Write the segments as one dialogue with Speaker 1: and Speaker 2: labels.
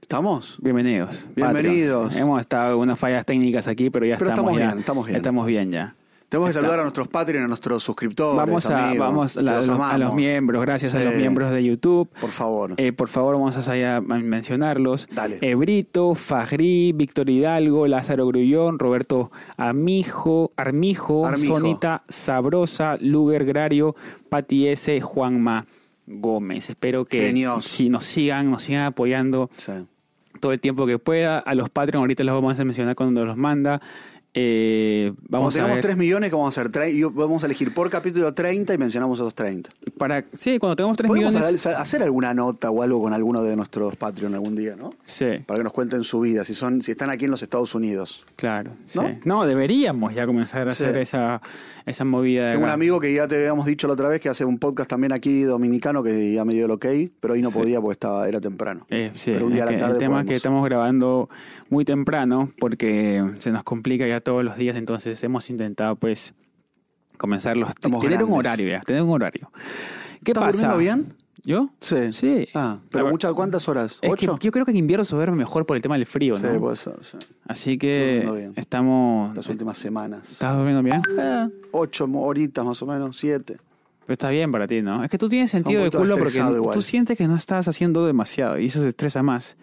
Speaker 1: ¿Estamos?
Speaker 2: Bienvenidos.
Speaker 1: Bienvenidos.
Speaker 2: Patreons. Hemos estado con unas fallas técnicas aquí, pero ya
Speaker 1: Pero
Speaker 2: estamos,
Speaker 1: estamos
Speaker 2: ya-
Speaker 1: bien, estamos bien.
Speaker 2: Estamos bien ya.
Speaker 1: Tenemos que
Speaker 2: Está-
Speaker 1: saludar a nuestros Patreon, a nuestros suscriptores.
Speaker 2: Vamos a,
Speaker 1: amigos.
Speaker 2: vamos a, la-
Speaker 1: los
Speaker 2: a los- a
Speaker 1: amamos.
Speaker 2: los miembros, gracias a
Speaker 1: Sí.
Speaker 2: los miembros de YouTube.
Speaker 1: Por favor.
Speaker 2: Eh, por favor, vamos a allá a mencionarlos.
Speaker 1: Dale.
Speaker 2: Eh, Brito, Fagri, Víctor Hidalgo, Lázaro Grullón, Roberto Amijo, Armijo,
Speaker 1: Armijo.
Speaker 2: Sonita Sabrosa, Luger Grario, Pati S, Juanma Gómez. Espero que
Speaker 1: Genios.
Speaker 2: si nos sigan, nos sigan apoyando
Speaker 1: Sí.
Speaker 2: todo el tiempo que pueda. A los Patreon ahorita los vamos a mencionar cuando los manda. Eh,
Speaker 1: Cuando
Speaker 2: vamos a
Speaker 1: tengamos
Speaker 2: ver.
Speaker 1: 3 millones, ¿qué vamos a hacer? Tre- yo- Vamos a elegir por capítulo 30 y mencionamos esos 30.
Speaker 2: Para, sí, cuando tengamos 3
Speaker 1: Podemos
Speaker 2: millones.
Speaker 1: hacer- hacer alguna nota o algo con alguno de nuestros Patreon algún día, ¿no?
Speaker 2: Sí,
Speaker 1: Para que nos cuenten su vida, si son, si están aquí en los Estados Unidos.
Speaker 2: claro. sí.
Speaker 1: ¿No?
Speaker 2: ¿No? deberíamos ya comenzar a
Speaker 1: Sí.
Speaker 2: hacer esa, esa movida. de
Speaker 1: Tengo un
Speaker 2: acá.
Speaker 1: amigo que ya te habíamos dicho la otra vez que hace un podcast también aquí dominicano que ya me dio el ok, pero hoy no
Speaker 2: Sí.
Speaker 1: podía porque estaba, era temprano.
Speaker 2: Eh, sí,
Speaker 1: pero un día
Speaker 2: es
Speaker 1: a la
Speaker 2: que
Speaker 1: tarde
Speaker 2: el tema es que
Speaker 1: podemos.
Speaker 2: estamos grabando muy temprano porque se nos complica ya todos los días, entonces hemos intentado pues comenzar los
Speaker 1: Estamos
Speaker 2: tener un
Speaker 1: grandes.
Speaker 2: horario ya, tener un horario. ¿Qué
Speaker 1: ¿Estás
Speaker 2: pasa?
Speaker 1: durmiendo bien?
Speaker 2: ¿Yo?
Speaker 1: Sí.
Speaker 2: Sí.
Speaker 1: Ah,
Speaker 2: La
Speaker 1: pero
Speaker 2: ver-
Speaker 1: muchas, ¿cuántas horas?
Speaker 2: Es que
Speaker 1: ¿Ocho?
Speaker 2: yo creo que en invierno se duerme mejor por el tema del frío,
Speaker 1: Sí,
Speaker 2: ¿no?
Speaker 1: puede ser, sí.
Speaker 2: Así
Speaker 1: Estoy
Speaker 2: que
Speaker 1: durmiendo bien.
Speaker 2: estamos
Speaker 1: Las últimas semanas.
Speaker 2: ¿Estás durmiendo bien?
Speaker 1: Eh, ocho mo- horitas más o menos, siete.
Speaker 2: Pero está bien para ti, ¿no? Es que tú tienes sentido de
Speaker 1: poquito
Speaker 2: culo porque
Speaker 1: estresado igual.
Speaker 2: tú sientes que no estás haciendo demasiado y eso se estresa más.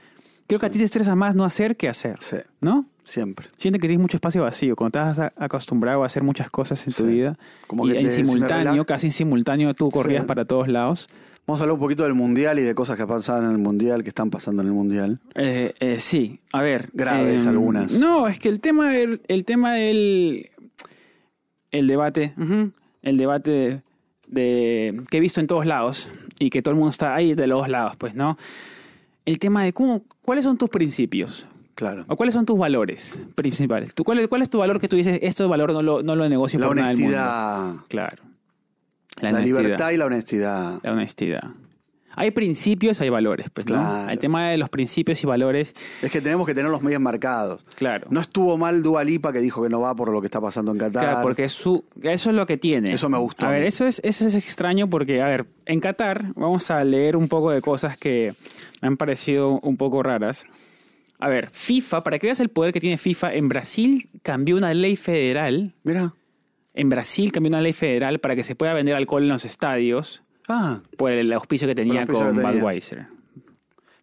Speaker 2: Creo que a ti te estresa más no hacer que hacer,
Speaker 1: Sí,
Speaker 2: ¿no?
Speaker 1: siempre.
Speaker 2: Sientes que tienes mucho espacio vacío, cuando estás a- acostumbrado a hacer muchas cosas en tu
Speaker 1: Sí.
Speaker 2: vida.
Speaker 1: Como
Speaker 2: y
Speaker 1: que
Speaker 2: en
Speaker 1: te- si me
Speaker 2: simultáneo,
Speaker 1: relajo-
Speaker 2: casi en simultáneo, tú corrías
Speaker 1: Sí.
Speaker 2: para todos lados.
Speaker 1: Vamos a hablar un poquito del mundial y de cosas que pasan en el mundial, que están pasando en el mundial.
Speaker 2: Eh, eh, sí, a ver.
Speaker 1: Graves
Speaker 2: eh,
Speaker 1: algunas.
Speaker 2: No, es que el tema del, el tema del el debate, ujú, el debate de, de- que he visto en todos lados y que todo el mundo está ahí de los lados, pues, ¿no? El tema de cómo, cuáles son tus principios
Speaker 1: Claro.
Speaker 2: o cuáles son tus valores principales. ¿Tú, cuál, es- ¿Cuál es tu valor que tú dices, este valor no lo, no lo negocio
Speaker 1: La
Speaker 2: por nada del mundo?
Speaker 1: honestidad.
Speaker 2: Claro.
Speaker 1: La,
Speaker 2: honestidad.
Speaker 1: libertad y la honestidad.
Speaker 2: La honestidad. Hay principios, hay valores, pues, ¿no?
Speaker 1: Claro.
Speaker 2: El tema de los principios y valores,
Speaker 1: Es que tenemos que tener los medios marcados.
Speaker 2: claro.
Speaker 1: No estuvo mal Dua Lipa que dijo que no va por lo que está pasando en Qatar.
Speaker 2: Claro, porque es su, eso es lo que tiene.
Speaker 1: Eso me gustó
Speaker 2: A
Speaker 1: a
Speaker 2: ver,
Speaker 1: mí.
Speaker 2: eso es, eso es extraño porque, a ver, en Qatar vamos a leer un poco de cosas que me han parecido un poco raras. A ver, FIFA, para que veas el poder que tiene FIFA, en Brasil cambió una ley federal.
Speaker 1: Mira.
Speaker 2: En Brasil cambió una ley federal para que se pueda vender alcohol en los estadios
Speaker 1: Ah.
Speaker 2: por el auspicio que tenía
Speaker 1: auspicio
Speaker 2: con
Speaker 1: que tenía.
Speaker 2: Budweiser.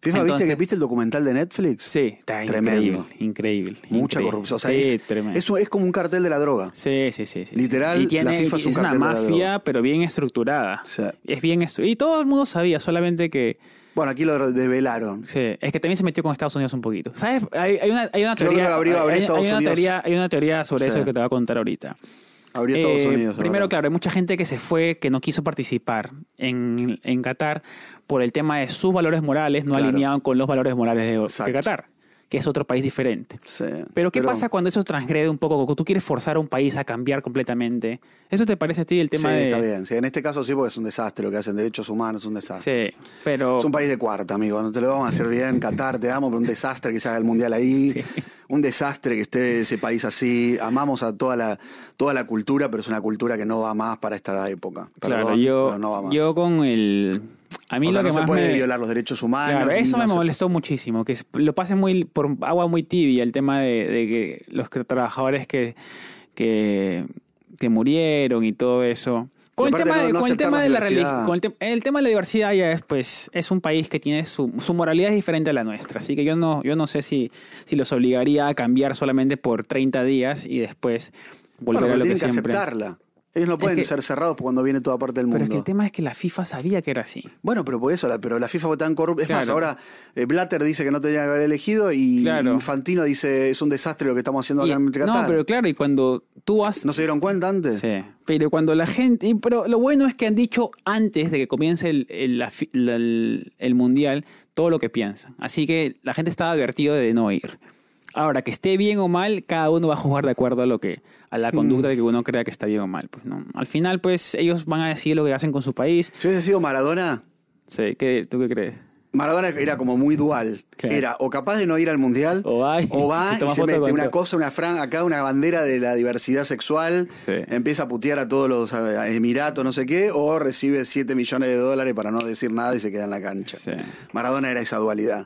Speaker 1: FIFA,
Speaker 2: Entonces-
Speaker 1: ¿viste, que, ¿viste el documental de Netflix?
Speaker 2: Sí, está
Speaker 1: Tremendo.
Speaker 2: increíble, increíble.
Speaker 1: Mucha
Speaker 2: increíble.
Speaker 1: corrupción. O sea,
Speaker 2: sí,
Speaker 1: es,
Speaker 2: tremendo.
Speaker 1: eso es como un cartel de la droga.
Speaker 2: Sí, sí, sí. sí, sí.
Speaker 1: Literal,
Speaker 2: Y tiene-
Speaker 1: la FIFA es un
Speaker 2: una
Speaker 1: cartel de la
Speaker 2: mafia, pero bien estructurada.
Speaker 1: Sí.
Speaker 2: Es bien estru- Y todo el mundo sabía, solamente que.
Speaker 1: Bueno, aquí lo develaron.
Speaker 2: sí, es que también se metió con Estados Unidos un poquito. ¿Sabes? Hay, hay una, hay una
Speaker 1: Creo que
Speaker 2: teoría.
Speaker 1: abrió- abrió
Speaker 2: hay- hay
Speaker 1: Estados
Speaker 2: una
Speaker 1: Unidos.
Speaker 2: teoría- hay una teoría sobre
Speaker 1: Sí.
Speaker 2: eso que te voy a contar ahorita.
Speaker 1: Abrió Estados
Speaker 2: Eh,
Speaker 1: Unidos. la
Speaker 2: Primero,
Speaker 1: verdad.
Speaker 2: claro, hay mucha gente que se fue, que no quiso participar en, en Qatar por el tema de sus valores morales, no
Speaker 1: Claro.
Speaker 2: alineaban con los valores morales de- de,
Speaker 1: Exacto.
Speaker 2: Qatar, que es otro país diferente.
Speaker 1: Sí.
Speaker 2: Pero ¿qué pasa cuando eso transgrede un poco? Cuando tú quieres forzar a un país a cambiar completamente. ¿Eso te parece a ti el tema
Speaker 1: sí,
Speaker 2: de...?
Speaker 1: está bien. Sí, en este caso sí, porque es un desastre lo que hacen. Derechos humanos es un desastre.
Speaker 2: Sí, pero...
Speaker 1: Es un país de cuarta, amigo. No te lo vamos a hacer bien. Qatar, te amo, pero un desastre que se haga el mundial ahí.
Speaker 2: Sí.
Speaker 1: Un desastre que esté ese país así. Amamos a toda la, toda la cultura, pero es una cultura que no va más para esta época.
Speaker 2: Claro,
Speaker 1: Perdón,
Speaker 2: yo,
Speaker 1: pero no va más.
Speaker 2: yo con el... A mí
Speaker 1: o
Speaker 2: lo
Speaker 1: sea,
Speaker 2: que
Speaker 1: no se
Speaker 2: más
Speaker 1: puede
Speaker 2: me...
Speaker 1: violar los derechos humanos.
Speaker 2: Claro,
Speaker 1: ni
Speaker 2: eso me
Speaker 1: Ah, no se-
Speaker 2: molestó muchísimo, que lo pase muy por agua muy tibia el tema de, de que los que- trabajadores que, que, que murieron y todo eso.
Speaker 1: Y
Speaker 2: Con el
Speaker 1: aparte
Speaker 2: tema,
Speaker 1: no-
Speaker 2: de-
Speaker 1: no
Speaker 2: con el
Speaker 1: aceptar
Speaker 2: tema
Speaker 1: la
Speaker 2: de la
Speaker 1: diversidad.
Speaker 2: religión, el, tem- el tema de la diversidad ya es, pues, es un país que tiene su, su moralidad es diferente a la nuestra, así que yo no, yo no sé si, si los obligaría a cambiar solamente por 30 días y después
Speaker 1: Bueno,
Speaker 2: volver
Speaker 1: pero
Speaker 2: a lo que
Speaker 1: tienen que
Speaker 2: siempre.
Speaker 1: aceptarla. Ellos no pueden
Speaker 2: que-
Speaker 1: ser cerrados cuando viene toda parte del mundo.
Speaker 2: Pero es que el tema es que la FIFA sabía que era así.
Speaker 1: Bueno, pero por eso, la- pero la FIFA fue tan corrupta. Es más,
Speaker 2: Claro.
Speaker 1: ahora eh, Blatter dice que no tenía que haber elegido y
Speaker 2: Claro.
Speaker 1: Infantino dice es un desastre lo que estamos haciendo
Speaker 2: Y-
Speaker 1: acá en Qatar.
Speaker 2: no, pero claro, y cuando tú has,
Speaker 1: ¿No se dieron cuenta antes?
Speaker 2: Sí. Pero cuando la gente. y- Pero lo bueno es que han dicho antes de que comience el, el- la fi- la- el- el mundial todo lo que piensan. Así que la gente estaba advertida de no ir. Ahora, que esté bien o mal, cada uno va a jugar de acuerdo a lo que, a
Speaker 1: Hmm.
Speaker 2: la conducta que uno crea que está bien o mal. Pues, ¿no? Al final, pues, ellos van a decir lo que hacen con su país.
Speaker 1: Si hubiese sido Maradona,
Speaker 2: Sí, ¿qué- ¿Tú qué crees?
Speaker 1: Maradona era como muy dual.
Speaker 2: Claro.
Speaker 1: Era o capaz de no ir al mundial,
Speaker 2: O va y-
Speaker 1: va
Speaker 2: se
Speaker 1: y
Speaker 2: toma
Speaker 1: se
Speaker 2: foto
Speaker 1: mete
Speaker 2: con
Speaker 1: una
Speaker 2: todo.
Speaker 1: cosa, una franja, acá una bandera de la diversidad sexual,
Speaker 2: Sí.
Speaker 1: empieza a putear a todos los a- a Emiratos, no sé qué, o recibe 7 millones de dólares para no decir nada y se queda en la cancha.
Speaker 2: Sí.
Speaker 1: Maradona era esa dualidad.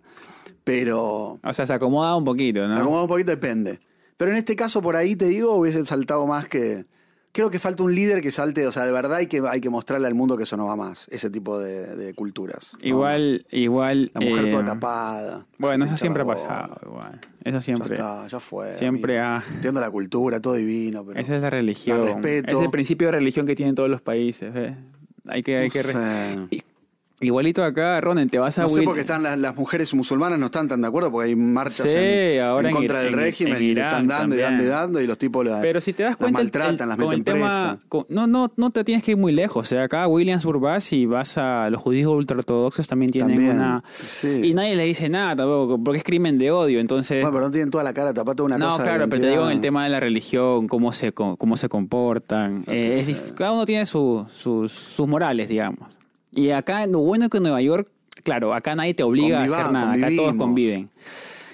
Speaker 1: Pero
Speaker 2: O sea, se acomoda un poquito, ¿no?
Speaker 1: Se acomoda un poquito, depende. Pero en este caso, por ahí te digo, hubiese saltado más que. Creo que falta un líder que salte, o sea, de verdad hay que, hay que mostrarle al mundo que eso no va más, ese tipo de, de culturas. ¿no?
Speaker 2: Igual, igual.
Speaker 1: La mujer
Speaker 2: eh,
Speaker 1: toda tapada.
Speaker 2: Bueno,
Speaker 1: sin
Speaker 2: eso siempre ha
Speaker 1: charabón.
Speaker 2: pasado, igual. Eso
Speaker 1: Ya
Speaker 2: siempre.
Speaker 1: está, ya fue.
Speaker 2: siempre
Speaker 1: amigo.
Speaker 2: ha-
Speaker 1: Entiendo la cultura, todo divino, pero.
Speaker 2: Esa es la religión.
Speaker 1: Al respeto.
Speaker 2: Es el principio de religión que tienen todos los países. ¿ves? Hay que, hay
Speaker 1: no
Speaker 2: que re-
Speaker 1: sé.
Speaker 2: Igualito acá, Ronen, te vas a
Speaker 1: No sé
Speaker 2: Wil-
Speaker 1: porque están las, las mujeres musulmanas no están tan de acuerdo porque hay marchas
Speaker 2: Sí,
Speaker 1: en,
Speaker 2: ahora
Speaker 1: en
Speaker 2: en
Speaker 1: contra
Speaker 2: Ir-
Speaker 1: del
Speaker 2: en-
Speaker 1: régimen
Speaker 2: en
Speaker 1: y le
Speaker 2: Irán
Speaker 1: están dando y dando y
Speaker 2: también.
Speaker 1: dando y los tipos la,
Speaker 2: Pero si te das
Speaker 1: las
Speaker 2: cuenta, el-
Speaker 1: maltratan,
Speaker 2: el-
Speaker 1: las
Speaker 2: con
Speaker 1: meten
Speaker 2: el tema,
Speaker 1: presa.
Speaker 2: con- no, no, no te tienes que ir muy lejos. O sea, acá Williamsburg y vas a los judíos ultraortodoxos también tienen
Speaker 1: También,
Speaker 2: una...
Speaker 1: sí.
Speaker 2: Y nadie le dice nada tampoco, porque es crimen de odio. Entonces,
Speaker 1: Bueno, pero no tienen toda la cara tapada, toda una
Speaker 2: no,
Speaker 1: cosa. de
Speaker 2: claro, pero te
Speaker 1: identidad.
Speaker 2: digo en el tema de la religión, cómo se, co- cómo se comportan. eh, es dif- cada uno tiene su- sus, sus morales, digamos. Y acá, lo bueno es que en Nueva York, claro, acá nadie te obliga a hacer
Speaker 1: Convivamos,
Speaker 2: nada, acá todos
Speaker 1: convivimos.
Speaker 2: conviven.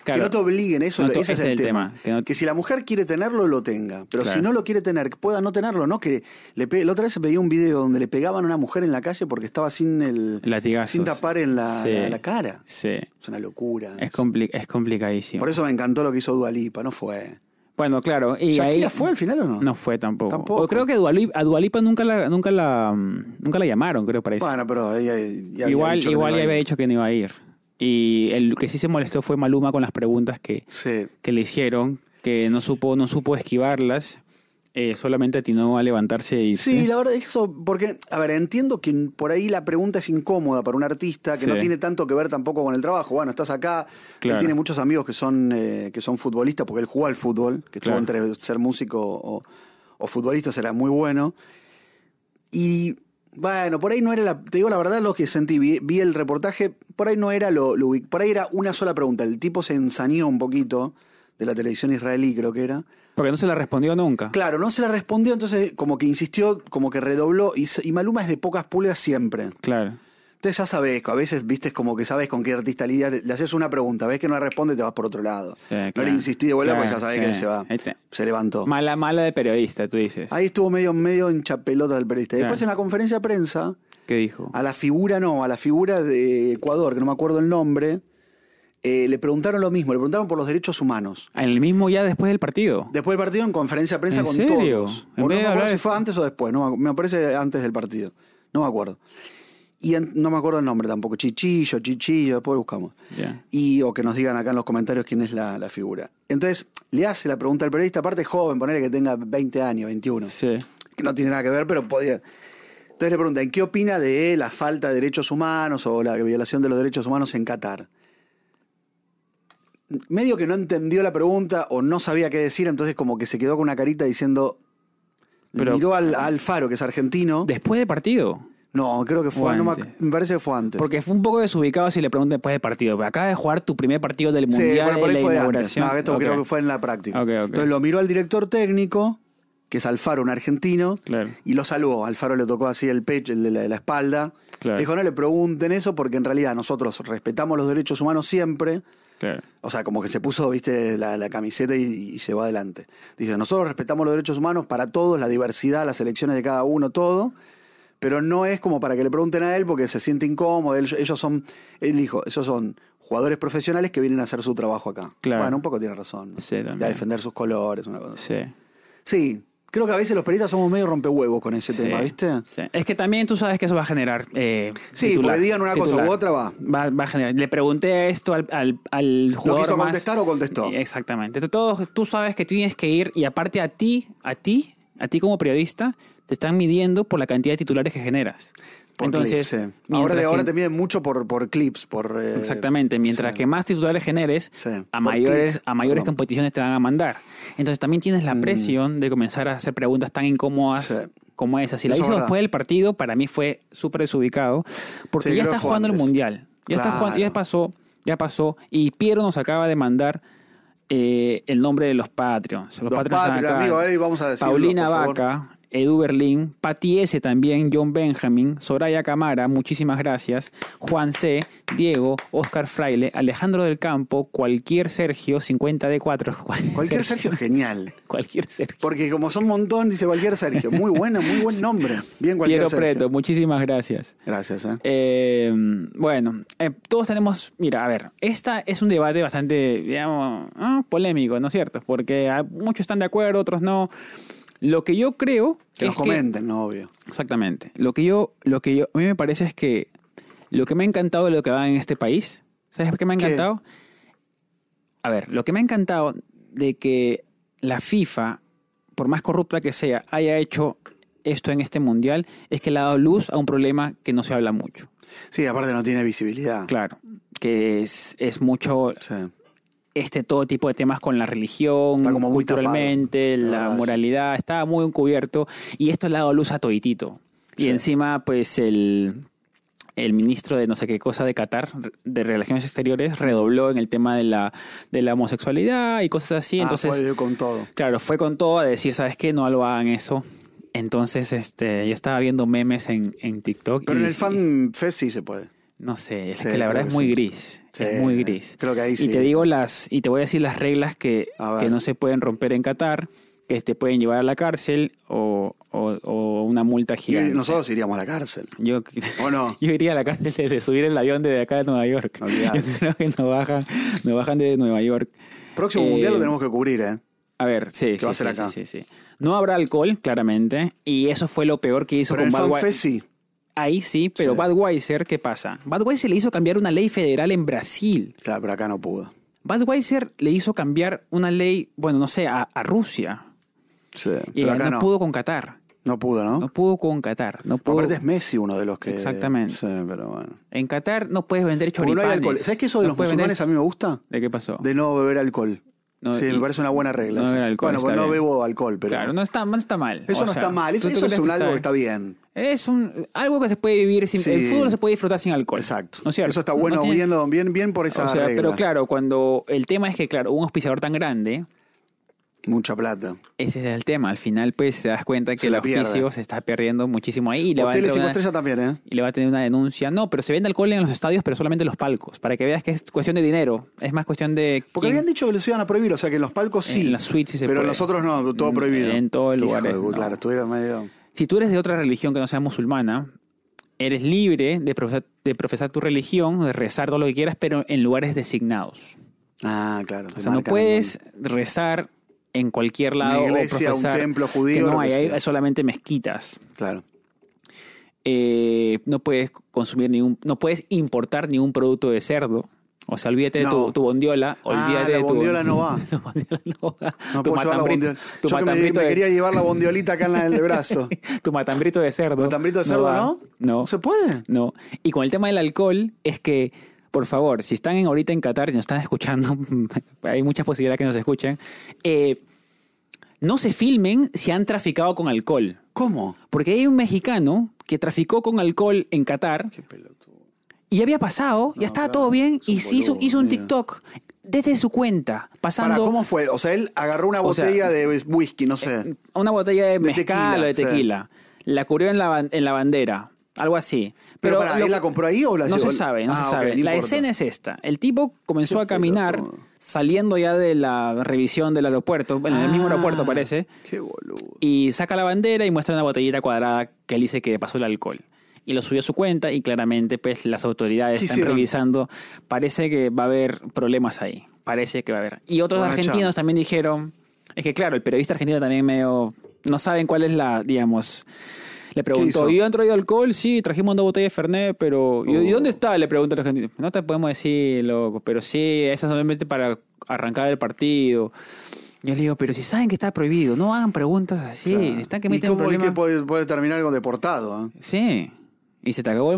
Speaker 2: Claro,
Speaker 1: Que no te obliguen, eso,
Speaker 2: No te-
Speaker 1: ese es el tema. Que,
Speaker 2: que no-
Speaker 1: si la mujer quiere tenerlo, lo tenga. Pero si
Speaker 2: Claro.
Speaker 1: no lo quiere tener, que pueda no tenerlo, ¿no? Que le pe- la otra vez pedí un video donde le pegaban a una mujer en la calle porque estaba sin el
Speaker 2: Latigazos.
Speaker 1: sin tapar en la,
Speaker 2: Sí.
Speaker 1: la- la cara.
Speaker 2: sí,
Speaker 1: Es una locura.
Speaker 2: es, compli- es complicadísimo.
Speaker 1: Por eso me encantó lo que hizo Dualipa, no fue.
Speaker 2: bueno, claro, y
Speaker 1: ¿Shakira
Speaker 2: ahí...
Speaker 1: fue al final o no?
Speaker 2: No fue tampoco.
Speaker 1: Tampoco.
Speaker 2: O creo que Dualip- a Dualipa nunca la, nunca la mm, nunca la llamaron, creo, para eso.
Speaker 1: Bueno, pero ella ya había
Speaker 2: igual
Speaker 1: dicho que
Speaker 2: igual
Speaker 1: no iba
Speaker 2: ya
Speaker 1: a
Speaker 2: había
Speaker 1: ir.
Speaker 2: dicho que no iba a ir. Y el que sí se molestó fue Maluma con las preguntas que,
Speaker 1: Sí.
Speaker 2: que le hicieron, que no supo, no supo esquivarlas, eh, solamente atinó a levantarse y
Speaker 1: Sí, la verdad es que eso, porque, a ver, entiendo que por ahí la pregunta es incómoda para un artista que no
Speaker 2: Sí.
Speaker 1: tiene tanto que ver tampoco con el trabajo. Bueno, estás acá, él
Speaker 2: Claro.
Speaker 1: tiene muchos amigos que son, eh, que son futbolistas, porque él jugó al fútbol, que estuvo
Speaker 2: Claro.
Speaker 1: entre ser músico o, o futbolista, será muy bueno. Y bueno, por ahí no era la. Te digo la verdad, lo que sentí, vi, vi el reportaje, por ahí no era lo, lo ubic- Por ahí era una sola pregunta. El tipo se ensañó un poquito de la televisión israelí, creo que era.
Speaker 2: porque no se la respondió nunca.
Speaker 1: Claro, no se la respondió, entonces como que insistió, como que redobló. Y, se- y Maluma es de pocas pulgas siempre.
Speaker 2: Claro.
Speaker 1: Entonces ya sabes, a veces viste es como que sabes con qué artista lidias. Le le haces una pregunta, ves que no la responde, te vas por otro lado.
Speaker 2: Sí,
Speaker 1: No
Speaker 2: claro.
Speaker 1: le insistí de vuelta
Speaker 2: Claro,
Speaker 1: porque ya sabés
Speaker 2: sí.
Speaker 1: que él se va.
Speaker 2: Ahí está.
Speaker 1: Se levantó.
Speaker 2: Mala, mala de periodista, tú dices.
Speaker 1: Ahí estuvo medio, medio en chapelota del periodista. Después
Speaker 2: Claro.
Speaker 1: en la conferencia de prensa,
Speaker 2: ¿Qué dijo?
Speaker 1: a la figura no, a la figura de Ecuador, que no me acuerdo el nombre, eh, le preguntaron lo mismo, le preguntaron por los derechos humanos.
Speaker 2: Ah, En el mismo ya después del partido.
Speaker 1: Después del partido en conferencia de prensa
Speaker 2: ¿En
Speaker 1: con
Speaker 2: serio?
Speaker 1: todos.
Speaker 2: En
Speaker 1: O no me
Speaker 2: vez de
Speaker 1: acuerdo
Speaker 2: hablar
Speaker 1: si
Speaker 2: de-
Speaker 1: fue antes o después, no me, me parece antes del partido. No me acuerdo. Y en- no me acuerdo el nombre tampoco. Chichillo, Chichillo, después buscamos.
Speaker 2: Ya.
Speaker 1: Y, o que nos digan acá en los comentarios quién es la, la figura. Entonces, le hace la pregunta al periodista, aparte joven, ponerle que tenga 20 años, 21
Speaker 2: Sí.
Speaker 1: que no tiene nada que ver, pero podía. Entonces le preguntan, ¿qué opina de la falta de derechos humanos o la violación de los derechos humanos en Qatar? Medio que no entendió la pregunta o no sabía qué decir, entonces como que se quedó con una carita diciendo...
Speaker 2: Pero- ah,
Speaker 1: miró al, al Faro, que es argentino.
Speaker 2: Después del partido.
Speaker 1: no, creo que fue...
Speaker 2: O
Speaker 1: no me,
Speaker 2: antes.
Speaker 1: ac- me parece que fue antes.
Speaker 2: Porque fue un poco desubicado si le preguntan después del partido. Pero acaba de jugar tu primer partido del
Speaker 1: Sí,
Speaker 2: Mundial
Speaker 1: bueno, por
Speaker 2: en
Speaker 1: ahí
Speaker 2: la
Speaker 1: fue antes.
Speaker 2: inauguración.
Speaker 1: No, esto
Speaker 2: Ok.
Speaker 1: creo que fue en la práctica.
Speaker 2: Ok, ok.
Speaker 1: Entonces lo miró al director técnico, que es Alfaro, un argentino,
Speaker 2: Claro.
Speaker 1: y lo saludó. Alfaro le tocó así el pecho, el- la, la espalda.
Speaker 2: Claro.
Speaker 1: Dijo, no le pregunten eso porque en realidad nosotros respetamos los derechos humanos siempre.
Speaker 2: Claro.
Speaker 1: O sea, como que se puso, viste, la, la camiseta y, y llevó adelante. Dice, nosotros respetamos los derechos humanos para todos, la diversidad, las elecciones de cada uno, todo. Pero no es como para que le pregunten a él porque se siente incómodo. Él- ellos son, él dijo, esos son jugadores profesionales que vienen a hacer su trabajo acá.
Speaker 2: Claro.
Speaker 1: Bueno, un poco tiene razón. ¿no?
Speaker 2: Sí, también.
Speaker 1: Y a defender sus colores, una cosa. así.
Speaker 2: Sí.
Speaker 1: Sí, creo que a veces los periodistas somos medio rompehuevos con ese
Speaker 2: Sí,
Speaker 1: tema, ¿viste?
Speaker 2: sí. Es que también tú sabes que eso va a generar. eh,
Speaker 1: Sí, porque digan una cosa u otra, va.
Speaker 2: va. Va a generar. Le pregunté esto al, al, al jugador.
Speaker 1: quiso
Speaker 2: más-
Speaker 1: contestar o contestó.
Speaker 2: Exactamente. Tú- Todos, tú sabes que tienes que ir y aparte a ti, a ti, a ti como periodista, te están midiendo por la cantidad de titulares que generas.
Speaker 1: Por
Speaker 2: Entonces,
Speaker 1: clips, sí. ahora,
Speaker 2: mientras
Speaker 1: ahora
Speaker 2: que-
Speaker 1: te miden mucho por, por clips, por... eh,
Speaker 2: Exactamente, mientras que más titulares generes,
Speaker 1: Sí.
Speaker 2: a
Speaker 1: Por
Speaker 2: mayores,
Speaker 1: clic.
Speaker 2: a mayores
Speaker 1: Perdón.
Speaker 2: competiciones te van a mandar. Entonces también tienes la presión de comenzar a hacer preguntas tan incómodas
Speaker 1: Sí.
Speaker 2: como esa. Si la
Speaker 1: Eso es
Speaker 2: hizo
Speaker 1: verdad.
Speaker 2: después del partido, para mí fue súper desubicado, porque
Speaker 1: Sí,
Speaker 2: ya
Speaker 1: creo
Speaker 2: está
Speaker 1: que fue
Speaker 2: jugando el
Speaker 1: antes.
Speaker 2: Mundial. Ya, está jugando- ya
Speaker 1: Claro.
Speaker 2: pasó, ya pasó. Y Piero nos acaba de mandar eh, el nombre de los Patreons. Los,
Speaker 1: Los
Speaker 2: Patreons están
Speaker 1: Patreons,
Speaker 2: acá.
Speaker 1: amigo, ahí vamos a decirlo,
Speaker 2: Paulina
Speaker 1: por favor.
Speaker 2: Vaca, Edu Berlín, Pati S también, John Benjamin, Soraya Camara, muchísimas gracias, Juan C, Diego, Oscar Fraile, Alejandro del Campo, cualquier Sergio, 50D4.
Speaker 1: Cualquier Sergio es genial.
Speaker 2: Cualquier Sergio.
Speaker 1: Porque como son un montón, dice cualquier Sergio. Muy bueno, muy buen nombre. Bien cualquier
Speaker 2: Piero
Speaker 1: Sergio.
Speaker 2: Preto, muchísimas gracias.
Speaker 1: Gracias, ¿eh?
Speaker 2: Eh, bueno, eh, todos tenemos, mira, a ver, esta es un debate bastante, digamos, ah, polémico, ¿no es cierto? Porque ah, muchos están de acuerdo, otros no. Lo que yo creo
Speaker 1: Que
Speaker 2: es
Speaker 1: nos comenten, no, obvio.
Speaker 2: exactamente, lo que yo, lo que yo, a mí me parece es que lo que me ha encantado de lo que va en este país, ¿sabes qué me ha
Speaker 1: ¿Qué?
Speaker 2: encantado? A ver, lo que me ha encantado de que la FIFA, por más corrupta que sea, haya hecho esto en este mundial, es que le ha dado luz a un problema que no se habla mucho.
Speaker 1: Sí, aparte no tiene visibilidad.
Speaker 2: Claro, que es, es mucho
Speaker 1: Sí. Ah,
Speaker 2: este todo tipo de temas con la religión,
Speaker 1: Está como muy
Speaker 2: culturalmente,
Speaker 1: tapado. La
Speaker 2: la
Speaker 1: verdad, sí.
Speaker 2: moralidad, estaba muy encubierto y esto le ha dado luz a toditito. Y
Speaker 1: Sí.
Speaker 2: encima, pues el, el ministro de no sé qué cosa de Qatar, de Relaciones Exteriores, redobló en el tema de la, de la homosexualidad y cosas así.
Speaker 1: Ah,
Speaker 2: Entonces,
Speaker 1: fue con todo.
Speaker 2: Claro, fue con todo a decir, ¿sabes qué? No lo hagan eso. Entonces, este, yo estaba viendo memes en, en TikTok.
Speaker 1: Pero
Speaker 2: y
Speaker 1: en el
Speaker 2: decí-
Speaker 1: fan fest sí se puede.
Speaker 2: No sé, es
Speaker 1: Sí,
Speaker 2: que la verdad
Speaker 1: creo que
Speaker 2: es muy
Speaker 1: sí.
Speaker 2: gris.
Speaker 1: Sí,
Speaker 2: es muy gris.
Speaker 1: creo que ahí sí.
Speaker 2: Y te digo las, y te voy a decir las reglas que,
Speaker 1: A ver.
Speaker 2: que no se pueden romper en Qatar, que te pueden llevar a la cárcel o, o- o una multa
Speaker 1: Y
Speaker 2: gigante.
Speaker 1: nosotros iríamos a la cárcel.
Speaker 2: Yo,
Speaker 1: ¿O no?
Speaker 2: yo iría a la cárcel desde subir el avión desde acá de Nueva York.
Speaker 1: Olvidate.
Speaker 2: Yo creo que nos bajan, nos bajan desde Nueva York.
Speaker 1: Próximo
Speaker 2: Eh,
Speaker 1: mundial lo tenemos que cubrir, ¿eh?
Speaker 2: A ver, sí, sí,
Speaker 1: va a ser
Speaker 2: sí,
Speaker 1: acá?
Speaker 2: sí, sí, sí. No habrá alcohol, claramente, y eso fue lo peor que hizo
Speaker 1: Pero en
Speaker 2: con
Speaker 1: el
Speaker 2: Bad
Speaker 1: fan
Speaker 2: Wi-
Speaker 1: fest sí.
Speaker 2: Ahí sí, pero
Speaker 1: Sí.
Speaker 2: Budweiser, ¿qué pasa? Budweiser le hizo cambiar una ley federal en Brasil.
Speaker 1: Claro, pero acá no pudo.
Speaker 2: Budweiser le hizo cambiar una ley, bueno, no sé, a, a Rusia.
Speaker 1: Sí.
Speaker 2: Y
Speaker 1: Pero
Speaker 2: no,
Speaker 1: acá no.
Speaker 2: pudo con Qatar.
Speaker 1: No pudo, ¿no?
Speaker 2: No pudo con Qatar. No pudo.
Speaker 1: Aparte es Messi uno de los que...
Speaker 2: Exactamente.
Speaker 1: Sí, pero bueno.
Speaker 2: En Qatar no puedes vender
Speaker 1: Porque
Speaker 2: choripanes.
Speaker 1: no hay alcohol. ¿Sabes que eso de
Speaker 2: No
Speaker 1: los
Speaker 2: puedes vender-
Speaker 1: musulmanes a mí me gusta?
Speaker 2: ¿De qué pasó?
Speaker 1: De no beber alcohol.
Speaker 2: No,
Speaker 1: sí,
Speaker 2: y-
Speaker 1: me parece una buena regla.
Speaker 2: no
Speaker 1: esa.
Speaker 2: beber alcohol,
Speaker 1: bueno,
Speaker 2: está
Speaker 1: pues no
Speaker 2: bien.
Speaker 1: bebo alcohol, pero...
Speaker 2: Claro, no está, no está mal.
Speaker 1: Eso
Speaker 2: O
Speaker 1: no
Speaker 2: sea,
Speaker 1: está mal. Eso,
Speaker 2: ¿tú- tú
Speaker 1: eso es
Speaker 2: crees
Speaker 1: un algo que
Speaker 2: bien?
Speaker 1: está bien.
Speaker 2: Es un, algo que se puede vivir sin.
Speaker 1: Sí.
Speaker 2: El fútbol se puede disfrutar sin alcohol.
Speaker 1: Exacto.
Speaker 2: ¿No es cierto?
Speaker 1: Eso está
Speaker 2: No
Speaker 1: bueno,
Speaker 2: tiene-
Speaker 1: bien, lo- bien, bien por esa
Speaker 2: o sea,
Speaker 1: regla.
Speaker 2: pero claro, cuando el tema es que, claro, un auspiciador tan grande,
Speaker 1: Mucha plata.
Speaker 2: ese es el tema. Al final, pues, se das cuenta que
Speaker 1: Se
Speaker 2: el
Speaker 1: la pierde.
Speaker 2: auspicio se está perdiendo muchísimo ahí. Y le, va a
Speaker 1: Hoteles
Speaker 2: entrar
Speaker 1: cinco
Speaker 2: una-
Speaker 1: estrellas también, ¿eh?
Speaker 2: y le va a tener una denuncia. No, pero se vende alcohol en los estadios, pero solamente en los palcos. Para que veas que es cuestión de dinero. Es más cuestión de.
Speaker 1: Porque
Speaker 2: quién-
Speaker 1: habían dicho que los iban a prohibir, o sea que en los palcos sí.
Speaker 2: En las suites sí se
Speaker 1: Pero en
Speaker 2: puede.
Speaker 1: los otros no, todo prohibido.
Speaker 2: En todos
Speaker 1: Hijo de
Speaker 2: lugares,
Speaker 1: puta,
Speaker 2: ¿eh? no.
Speaker 1: Claro, estuviera medio.
Speaker 2: Si tú eres de otra religión que no sea musulmana, eres libre de profesar, de profesar tu religión, de rezar todo lo que quieras, pero en lugares designados.
Speaker 1: Ah, claro.
Speaker 2: O sea, no puedes rezar en cualquier lado o
Speaker 1: iglesia, un
Speaker 2: profesar
Speaker 1: templo judío,
Speaker 2: que
Speaker 1: lo
Speaker 2: no
Speaker 1: que
Speaker 2: hay, hay
Speaker 1: sea.
Speaker 2: solamente mezquitas.
Speaker 1: Claro.
Speaker 2: Eh, no puedes consumir ningún, no puedes importar ningún producto de cerdo. O sea, olvídate de
Speaker 1: No. Ah,
Speaker 2: tu, tu bondiola, olvídate
Speaker 1: la
Speaker 2: de tu
Speaker 1: bondiola no va.
Speaker 2: tu bondiola no va.
Speaker 1: No pues puedo
Speaker 2: tu
Speaker 1: llevar la
Speaker 2: matambrito,
Speaker 1: bondiola.
Speaker 2: tu
Speaker 1: Yo que me,
Speaker 2: matambrito
Speaker 1: me
Speaker 2: de-
Speaker 1: quería llevar la bondiolita acá en, la- en el brazo.
Speaker 2: tu matambrito de cerdo.
Speaker 1: ¿Matambrito de cerdo
Speaker 2: va.
Speaker 1: no?
Speaker 2: No.
Speaker 1: ¿Se puede?
Speaker 2: No. Y con el tema del alcohol, es que, por favor, si están en- ahorita en Qatar y nos están escuchando, hay muchas posibilidades que nos escuchen, eh, no se filmen si han traficado con alcohol.
Speaker 1: ¿Cómo?
Speaker 2: Porque hay un mexicano que traficó con alcohol en Qatar
Speaker 1: Qué pelotudo.
Speaker 2: y había pasado,
Speaker 1: Ah,
Speaker 2: ya estaba todo bien,
Speaker 1: es un
Speaker 2: y se hizo,
Speaker 1: boludo,
Speaker 2: hizo un
Speaker 1: mira.
Speaker 2: TikTok desde su cuenta,
Speaker 1: Para,
Speaker 2: pasando
Speaker 1: ¿cómo fue? O sea, él agarró una
Speaker 2: O sea, eh,
Speaker 1: botella de whisky, no sé.
Speaker 2: una botella de mezcal
Speaker 1: tequila,
Speaker 2: o de
Speaker 1: sí.
Speaker 2: tequila, la cubrió en la, ban- en la bandera, algo así.
Speaker 1: Pero,
Speaker 2: Pero,
Speaker 1: para,
Speaker 2: lo-
Speaker 1: ¿él la compró ahí o la
Speaker 2: no
Speaker 1: llevó-
Speaker 2: se sabe, no
Speaker 1: Ah,
Speaker 2: se
Speaker 1: ok,
Speaker 2: sabe.
Speaker 1: no
Speaker 2: la
Speaker 1: importa.
Speaker 2: escena es esta. El tipo comenzó
Speaker 1: Qué
Speaker 2: a caminar
Speaker 1: pelotudo.
Speaker 2: saliendo ya de la revisión del aeropuerto, bueno, en el mismo
Speaker 1: Ah,
Speaker 2: aeropuerto parece,
Speaker 1: Qué boludo.
Speaker 2: y saca la bandera y muestra una botellita cuadrada que él dice que pasó el alcohol. Y lo subió a su cuenta y claramente pues las autoridades
Speaker 1: ¿Qué
Speaker 2: están
Speaker 1: hicieron?
Speaker 2: revisando. Parece que va a haber problemas ahí. Parece que va a haber. Y otros
Speaker 1: Buena
Speaker 2: argentinos
Speaker 1: chamba.
Speaker 2: también dijeron, es que claro, el periodista argentino también medio no saben cuál es la, digamos, le
Speaker 1: hizo?
Speaker 2: preguntó, ¿y han traído alcohol? Sí, trajimos dos botellas de Fernet, pero ¿y, y
Speaker 1: Oh.
Speaker 2: dónde está? Le preguntó el argentino. No te podemos decir, loco, pero sí, esa es solamente para arrancar el partido. Yo le digo, pero si saben que está prohibido, no hagan preguntas así.
Speaker 1: Claro.
Speaker 2: Están que
Speaker 1: ¿Y
Speaker 2: meten
Speaker 1: cómo el
Speaker 2: problemas.
Speaker 1: que puede, puede terminar algo deportado? ¿eh?
Speaker 2: Sí. Y se te acabó el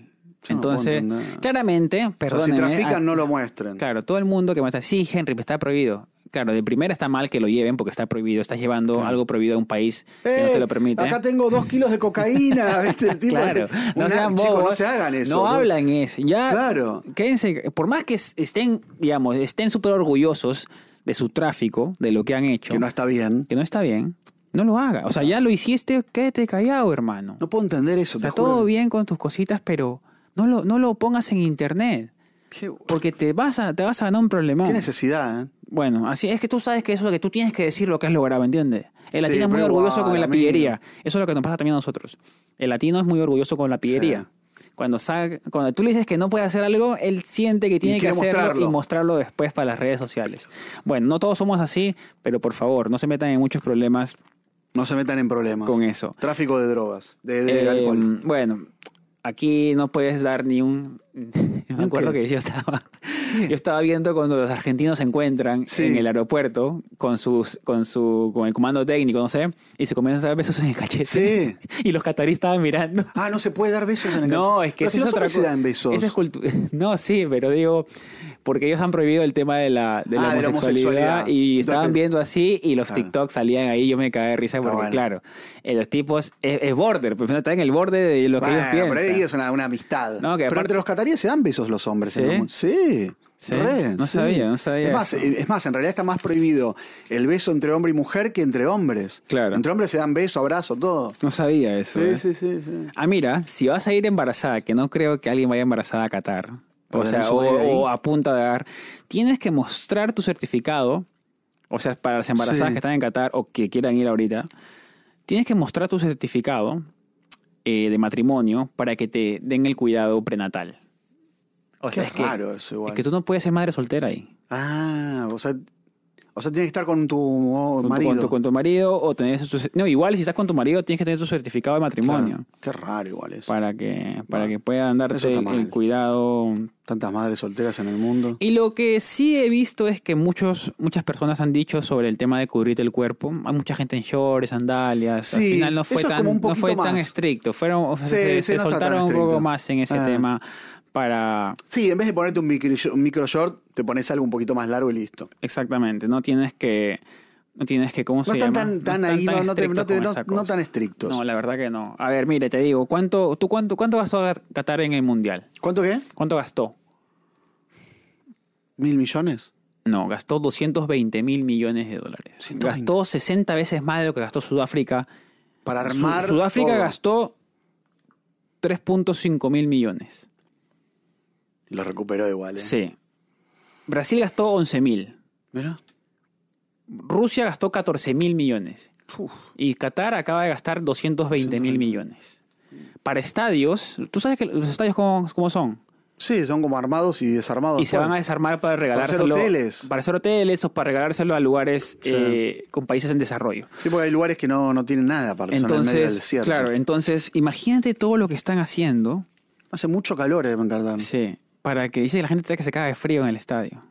Speaker 1: Yo no puedo
Speaker 2: Entonces,
Speaker 1: entender.
Speaker 2: claramente,
Speaker 1: O sea,
Speaker 2: perdón.
Speaker 1: si trafican, no lo muestren.
Speaker 2: ¿eh? Ah, Claro, todo el mundo que me está, sí, Henry, pero está prohibido. Claro, de primera está mal que lo lleven porque está prohibido. Estás llevando algo prohibido a un país que no
Speaker 1: Eh,
Speaker 2: te lo permite.
Speaker 1: Acá tengo dos kilos de cocaína, ¿viste? El tipo
Speaker 2: Claro, no
Speaker 1: Una-
Speaker 2: sean
Speaker 1: chicos,
Speaker 2: bobos.
Speaker 1: no se hagan eso.
Speaker 2: No
Speaker 1: boludo.
Speaker 2: hablan eso. Ya,
Speaker 1: Claro.
Speaker 2: Quédense, por más que estén, digamos, estén súper orgullosos de su tráfico, de lo que han hecho,
Speaker 1: Que no está bien.
Speaker 2: que no está bien, No lo haga. O sea, ya lo hiciste, quédate callado, hermano.
Speaker 1: No puedo entender eso. te
Speaker 2: Está
Speaker 1: juro.
Speaker 2: todo bien con tus cositas, pero no lo, no lo pongas en internet.
Speaker 1: Qué,
Speaker 2: Porque te vas a, te vas a ganar un problemón.
Speaker 1: qué necesidad, ¿eh?
Speaker 2: Bueno, así es que tú sabes que eso es lo que tú tienes que decir lo que has logrado, ¿entiendes? El
Speaker 1: Sí,
Speaker 2: latino es muy
Speaker 1: pero
Speaker 2: orgulloso
Speaker 1: igual,
Speaker 2: con la
Speaker 1: amigo.
Speaker 2: pillería. Eso es lo que nos pasa también a nosotros. El latino es muy orgulloso con la pillería. Cuando, sa- cuando tú le dices que no puede hacer algo, él siente que tiene que
Speaker 1: quiere
Speaker 2: hacerlo
Speaker 1: mostrarlo.
Speaker 2: y mostrarlo después para las redes sociales. Bueno, no todos somos así, pero por favor, no se metan en muchos problemas
Speaker 1: No se metan en problemas.
Speaker 2: con eso.
Speaker 1: Tráfico de drogas, de, de
Speaker 2: Eh,
Speaker 1: alcohol.
Speaker 2: Bueno, aquí no puedes dar ni un... Me acuerdo que yo estaba, yo estaba viendo cuando los argentinos se encuentran
Speaker 1: Sí.
Speaker 2: en el aeropuerto con sus, con su, con el comando técnico, no sé, y se comienzan a dar besos en el cachete.
Speaker 1: Sí.
Speaker 2: y los catarí estaban mirando.
Speaker 1: Ah, no se puede dar besos en el
Speaker 2: No,
Speaker 1: cachete.
Speaker 2: es que
Speaker 1: Pero
Speaker 2: eso
Speaker 1: si no
Speaker 2: es
Speaker 1: son
Speaker 2: otra cosa.
Speaker 1: obesidad en besos.
Speaker 2: Esa es cultu- no, sí, pero digo, porque ellos han prohibido el tema de la, de la
Speaker 1: Ah, de la
Speaker 2: homosexualidad,
Speaker 1: homosexualidad.
Speaker 2: y
Speaker 1: Lo
Speaker 2: estaban
Speaker 1: que-
Speaker 2: viendo así y los
Speaker 1: Claro.
Speaker 2: TikToks salían ahí. Yo me caí de risa
Speaker 1: Está
Speaker 2: porque,
Speaker 1: bueno.
Speaker 2: claro, eh, los tipos es, es border, pues, está en el borde de lo que
Speaker 1: Bueno,
Speaker 2: ellos piensan.
Speaker 1: pero ahí es una, una amistad.
Speaker 2: No, que
Speaker 1: pero
Speaker 2: aparte-
Speaker 1: entre los cataríes se dan besos los hombres.
Speaker 2: ¿Sí?
Speaker 1: en el mundo. Sí.
Speaker 2: ¿Sí?
Speaker 1: re,
Speaker 2: No
Speaker 1: sí.
Speaker 2: sabía, no sabía
Speaker 1: Es más,
Speaker 2: eso.
Speaker 1: eh, es más, en realidad está más prohibido el beso entre hombre y mujer que entre hombres.
Speaker 2: Claro.
Speaker 1: Entre hombres se dan beso, abrazo, todo.
Speaker 2: No sabía eso. ¿eh?
Speaker 1: sí, sí, sí.
Speaker 2: Ah, mira, si vas a ir embarazada, que no creo que alguien vaya embarazada a Qatar, o
Speaker 1: Pero
Speaker 2: sea,
Speaker 1: no
Speaker 2: o,
Speaker 1: sube de ahí.
Speaker 2: o a punta de dar, tienes que mostrar tu certificado, o sea, para las embarazadas
Speaker 1: Sí.
Speaker 2: que están en Qatar o que quieran ir ahorita, tienes que mostrar tu certificado eh, de matrimonio para que te den el cuidado prenatal. O
Speaker 1: Qué
Speaker 2: sea, es que,
Speaker 1: raro eso igual.
Speaker 2: es que tú no puedes ser madre soltera ahí.
Speaker 1: Ah, o sea, o sea, tienes que estar con tu oh,
Speaker 2: Con tu-
Speaker 1: marido.
Speaker 2: Con, tu, con tu marido o tener su- No, igual si estás con tu marido tienes que tener tu certificado de
Speaker 1: Claro.
Speaker 2: matrimonio.
Speaker 1: Qué raro igual eso.
Speaker 2: para que para
Speaker 1: Bueno,
Speaker 2: que puedan
Speaker 1: eso
Speaker 2: darte
Speaker 1: está
Speaker 2: el,
Speaker 1: mal.
Speaker 2: el cuidado.
Speaker 1: Tantas madres solteras en el mundo.
Speaker 2: Y lo que sí he visto es que muchos muchas personas han dicho sobre el tema de cubrirte el cuerpo. Hay mucha gente en shorts, sandalias. Al
Speaker 1: Sí,
Speaker 2: final no fue
Speaker 1: eso es
Speaker 2: tan
Speaker 1: como un
Speaker 2: no fue
Speaker 1: poquito
Speaker 2: tan
Speaker 1: más.
Speaker 2: estricto. Fueron o sea,
Speaker 1: Sí,
Speaker 2: se,
Speaker 1: sí,
Speaker 2: se
Speaker 1: no está tan
Speaker 2: soltaron un poco
Speaker 1: estricto.
Speaker 2: más en ese
Speaker 1: Ah.
Speaker 2: tema para
Speaker 1: Sí, en vez de ponerte un micro, un micro short, te pones algo un poquito más largo y listo.
Speaker 2: exactamente. No tienes que no tienes que cómo
Speaker 1: No
Speaker 2: se
Speaker 1: están
Speaker 2: llama?
Speaker 1: tan, tan
Speaker 2: No están
Speaker 1: ahí, no, no te-
Speaker 2: estrictos
Speaker 1: no te-
Speaker 2: con
Speaker 1: no-
Speaker 2: esa
Speaker 1: no
Speaker 2: cosa.
Speaker 1: tan estrictos.
Speaker 2: No, la verdad que no. A ver, mire, te digo, ¿cuánto tú cuánto cuánto gastó Qatar en el mundial?
Speaker 1: ¿Cuánto qué?
Speaker 2: ¿Cuánto gastó?
Speaker 1: ¿Mil millones?
Speaker 2: No, gastó 220 mil millones de dólares.
Speaker 1: 120.
Speaker 2: Gastó 60 veces más de lo que gastó Sudáfrica.
Speaker 1: Para
Speaker 2: Su-
Speaker 1: armar.
Speaker 2: Sudáfrica
Speaker 1: todo.
Speaker 2: gastó 3.5 mil millones.
Speaker 1: Lo recuperó igual, ¿eh?
Speaker 2: Sí. Brasil gastó 11 mil.
Speaker 1: Mira.
Speaker 2: Rusia gastó 14 mil millones.
Speaker 1: Uf.
Speaker 2: Y Qatar acaba de gastar 220 mil millones. Para estadios, tú sabes que los estadios cómo, cómo son.
Speaker 1: Sí, son como armados y desarmados.
Speaker 2: Y se van a
Speaker 1: pues.
Speaker 2: desarmar para
Speaker 1: hacer
Speaker 2: regalárselo.
Speaker 1: hoteles.
Speaker 2: Para hacer hoteles o para regalárselo a lugares
Speaker 1: Sí.
Speaker 2: eh, con países en desarrollo.
Speaker 1: Sí, porque hay lugares que no, no tienen nada aparte, son en el medio del
Speaker 2: Entonces,
Speaker 1: desierto.
Speaker 2: claro, entonces imagínate todo lo que están haciendo
Speaker 1: Hace mucho calor eh, en Cardán.
Speaker 2: sí, para que dice que la gente tenga que se caga de frío en el estadio.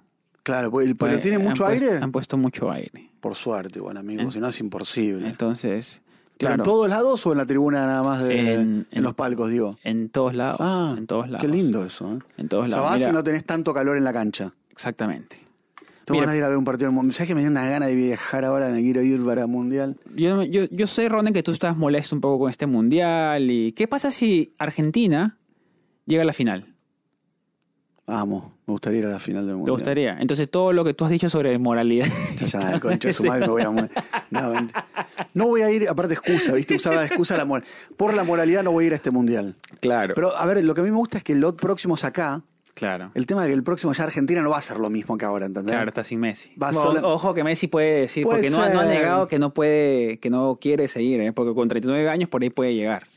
Speaker 1: Claro, pues, pero
Speaker 2: Pues,
Speaker 1: tiene
Speaker 2: han
Speaker 1: mucho
Speaker 2: puesto-
Speaker 1: aire.
Speaker 2: Han puesto mucho aire.
Speaker 1: Por suerte, igual, amigo, si no es imposible.
Speaker 2: Entonces,
Speaker 1: ¿Pero
Speaker 2: claro,
Speaker 1: en todos lados o en la tribuna nada más de
Speaker 2: En-
Speaker 1: en,
Speaker 2: en-
Speaker 1: los palcos, digo?
Speaker 2: en todos lados,
Speaker 1: Ah,
Speaker 2: en todos lados.
Speaker 1: qué lindo eso. ¿eh?
Speaker 2: En todos
Speaker 1: O sea,
Speaker 2: lados.
Speaker 1: vas
Speaker 2: Mira,
Speaker 1: y no tenés tanto calor en la cancha.
Speaker 2: Exactamente.
Speaker 1: Tengo
Speaker 2: Mira.
Speaker 1: ganas de ir a ver un partido del mundo. ¿Sabes que me dio unas ganas de viajar ahora? Me quiero ir para el mundial.
Speaker 2: Yo, yo, yo sé, Ronen, que tú estás molesto un poco con este mundial. y ¿Qué pasa si Argentina llega a la final?
Speaker 1: Amo, me gustaría ir a la final del
Speaker 2: ¿Te
Speaker 1: mundial.
Speaker 2: gustaría? Entonces, todo lo que tú has dicho sobre moralidad.
Speaker 1: Ya, ya, nada, concha de su madre, me voy a morir. No, ment- no voy a ir, aparte excusa, ¿viste? Usaba de excusa la moral. Por la moralidad no voy a ir a este mundial.
Speaker 2: claro.
Speaker 1: Pero, a ver, lo que a mí me gusta es que el próximo es acá.
Speaker 2: claro.
Speaker 1: El tema de que el próximo ya Argentina no va a ser lo mismo que ahora, ¿entendés?
Speaker 2: Claro, está sin Messi.
Speaker 1: Va
Speaker 2: Bueno,
Speaker 1: sola-
Speaker 2: Ojo que Messi puede decir,
Speaker 1: Puede
Speaker 2: porque no, ha- no ha
Speaker 1: ser.
Speaker 2: negado que no puede, que no quiere seguir, ¿eh? porque con 39 años por ahí puede llegar.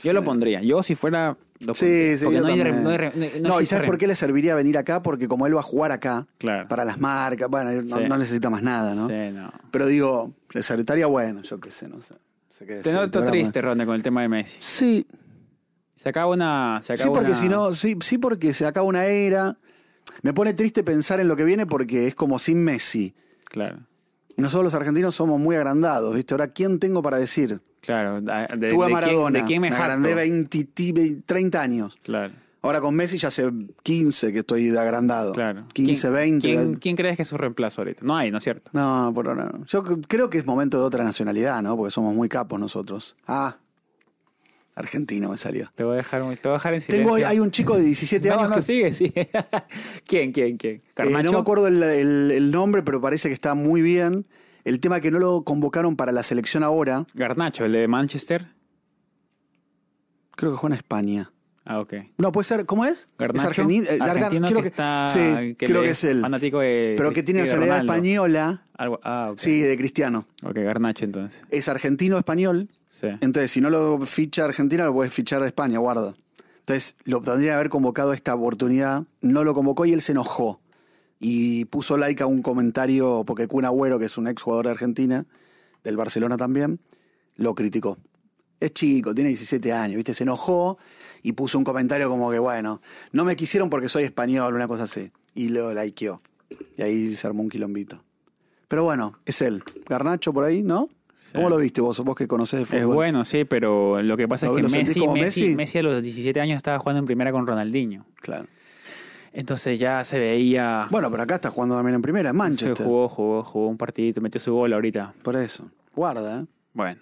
Speaker 2: Yo lo pondría. Yo si fuera. Lo
Speaker 1: Sí,
Speaker 2: pondría,
Speaker 1: sí,
Speaker 2: Porque
Speaker 1: yo
Speaker 2: no, hay re-
Speaker 1: también.
Speaker 2: no hay re- no- no
Speaker 1: No, ¿y
Speaker 2: existe
Speaker 1: sabes
Speaker 2: re-
Speaker 1: por qué le serviría venir acá? Porque como él va a jugar acá,
Speaker 2: Claro.
Speaker 1: para las marcas, bueno, no,
Speaker 2: Sí.
Speaker 1: no necesita más nada, ¿no?
Speaker 2: Sí, no.
Speaker 1: Pero digo, le serviría bueno, yo qué sé, no sé. sé qué
Speaker 2: Te
Speaker 1: decir,
Speaker 2: noto
Speaker 1: pero
Speaker 2: triste,
Speaker 1: bueno.
Speaker 2: Ronda, con el tema de Messi.
Speaker 1: Sí,
Speaker 2: Se acaba una. Se
Speaker 1: sí
Speaker 2: acaba
Speaker 1: porque
Speaker 2: una-
Speaker 1: si no, sí, sí porque se acaba una era. Me pone triste pensar en lo que viene porque es como sin Messi.
Speaker 2: Claro.
Speaker 1: Y nosotros los argentinos somos muy agrandados, ¿viste? Ahora, ¿quién tengo para decir?
Speaker 2: Claro. da-
Speaker 1: Tuve a
Speaker 2: De, de quién-
Speaker 1: Maradona,
Speaker 2: ¿De quién me
Speaker 1: me
Speaker 2: jarto.
Speaker 1: agrandé 20, ti- 20, 30 años.
Speaker 2: Claro.
Speaker 1: Ahora con Messi ya hace 15 que estoy de agrandado.
Speaker 2: Claro.
Speaker 1: 15,
Speaker 2: ¿Quién-
Speaker 1: 20.
Speaker 2: ¿quién, ¿Quién crees que es su reemplazo ahorita? No hay, ¿no es cierto?
Speaker 1: No, por ahora no. Yo c- creo que es momento de otra nacionalidad, ¿no? Porque somos muy capos nosotros. Ah, argentino me salió.
Speaker 2: Te voy a dejar, muy- te voy a dejar en silencio.
Speaker 1: Tengo, hay un chico de 17
Speaker 2: No,
Speaker 1: años
Speaker 2: no,
Speaker 1: que
Speaker 2: sigue, sigue. ¿Quién, quién, quién?
Speaker 1: eh,
Speaker 2: ¿Carmacho?
Speaker 1: no me acuerdo el, el- el nombre, pero parece que está muy bien. El tema que no lo convocaron para la selección ahora,
Speaker 2: Garnacho, el de Manchester.
Speaker 1: creo que juega en España.
Speaker 2: Ah, ok.
Speaker 1: No, puede ser, ¿cómo es?
Speaker 2: Garnacho,
Speaker 1: es argeni- eh, Gar-
Speaker 2: argentino
Speaker 1: creo
Speaker 2: que está-
Speaker 1: sí,
Speaker 2: que
Speaker 1: creo
Speaker 2: le-
Speaker 1: que es él.
Speaker 2: fanático de-
Speaker 1: Pero que tiene
Speaker 2: de
Speaker 1: nacionalidad
Speaker 2: Ronaldo.
Speaker 1: española,
Speaker 2: Algo- ah, ok.
Speaker 1: sí, de cristiano.
Speaker 2: Ok, Garnacho entonces.
Speaker 1: Es argentino-español,
Speaker 2: Sí.
Speaker 1: entonces si no lo ficha Argentina, lo puede fichar a España, guarda. Entonces lo tendría que haber convocado a esta oportunidad, no lo convocó y él se enojó. Y puso like a un comentario, porque Kun Agüero, que es un exjugador de Argentina, del Barcelona también, lo criticó. Es chico, tiene 17 años, ¿viste? Se enojó y puso un comentario como que, bueno, no me quisieron porque soy español, una cosa así. Y lo likeó. Y ahí se armó un quilombito. Pero bueno, es él. Garnacho por ahí, ¿no?
Speaker 2: Sí.
Speaker 1: ¿Cómo lo viste vos, vos que conocés de fútbol?
Speaker 2: Es bueno, sí, pero lo que pasa
Speaker 1: ¿Lo-
Speaker 2: es
Speaker 1: lo
Speaker 2: que
Speaker 1: sentís
Speaker 2: Messi,
Speaker 1: como Messi?
Speaker 2: Messi, Messi a los 17 años estaba jugando en primera con Ronaldinho.
Speaker 1: Claro.
Speaker 2: Entonces ya se veía.
Speaker 1: Bueno, pero acá está jugando también en primera, en
Speaker 2: se
Speaker 1: Manchester.
Speaker 2: jugó, jugó, jugó un partidito, metió su gol ahorita.
Speaker 1: Por eso. Guarda, ¿eh?
Speaker 2: Bueno.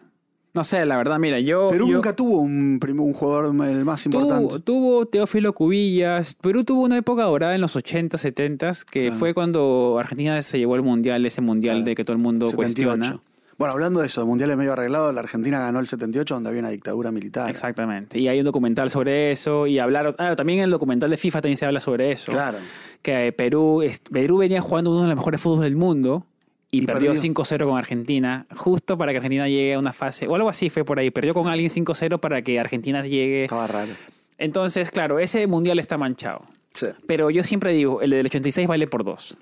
Speaker 2: No sé, la verdad, mira, yo.
Speaker 1: Perú
Speaker 2: yo-
Speaker 1: nunca tuvo un, prim- un jugador el más importante.
Speaker 2: Oh, Tuvo, tuvo Teófilo Cubillas. Perú tuvo una época dorada en los 80, 70, que
Speaker 1: Claro.
Speaker 2: fue cuando Argentina se llevó el mundial, ese mundial
Speaker 1: Claro.
Speaker 2: de que todo el mundo
Speaker 1: 78.
Speaker 2: cuestiona.
Speaker 1: Bueno, hablando de eso, mundiales medio arreglado, la Argentina ganó el 78 donde había una dictadura militar.
Speaker 2: Exactamente. Y hay un documental sobre eso. Y hablaron. Ah, también en el documental de FIFA también se habla sobre eso.
Speaker 1: Claro.
Speaker 2: Que eh, Perú, es- Perú venía jugando uno de los mejores fútbols del mundo. Y,
Speaker 1: Y
Speaker 2: perdió,
Speaker 1: perdió.
Speaker 2: 5-0 con Argentina, justo para que Argentina llegue a una fase, o algo así fue por ahí, perdió con alguien 5-0 para que Argentina llegue.
Speaker 1: Estaba raro.
Speaker 2: Entonces, claro, ese mundial está manchado.
Speaker 1: Sí.
Speaker 2: Pero yo siempre digo, el del 86 vale por dos.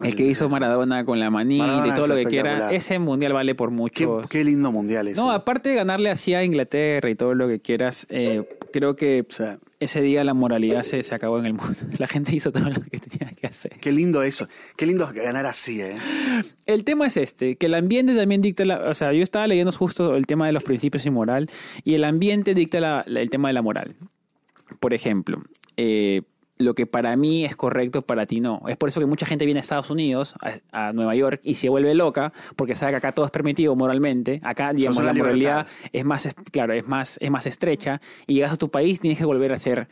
Speaker 2: El que hizo Maradona con la manita
Speaker 1: Maradona
Speaker 2: y todo
Speaker 1: es
Speaker 2: lo que
Speaker 1: espectacular.
Speaker 2: quiera, ese mundial vale por
Speaker 1: Qué,
Speaker 2: mucho.
Speaker 1: qué lindo mundial ese.
Speaker 2: No, aparte de ganarle así a Inglaterra y todo lo que quieras, eh, creo que
Speaker 1: O sea,
Speaker 2: ese día la moralidad se, se acabó en el mundo. La gente hizo todo lo que tenía que hacer.
Speaker 1: qué lindo eso. Qué lindo es ganar así, ¿eh?
Speaker 2: El tema es este, que el ambiente también dicta la... O sea, yo estaba leyendo justo el tema de los principios y moral, y el ambiente dicta la- la- el tema de la moral. Por ejemplo, eh, lo que para mí es correcto, para ti no. Es por eso que mucha gente viene a Estados Unidos, a, a Nueva York, y se vuelve loca, porque sabe que acá todo es permitido moralmente. Acá, digamos,
Speaker 1: una
Speaker 2: la moralidad
Speaker 1: libertad.
Speaker 2: es más, es- claro, es más, es más estrecha, y llegas a tu país tienes que volver a ser...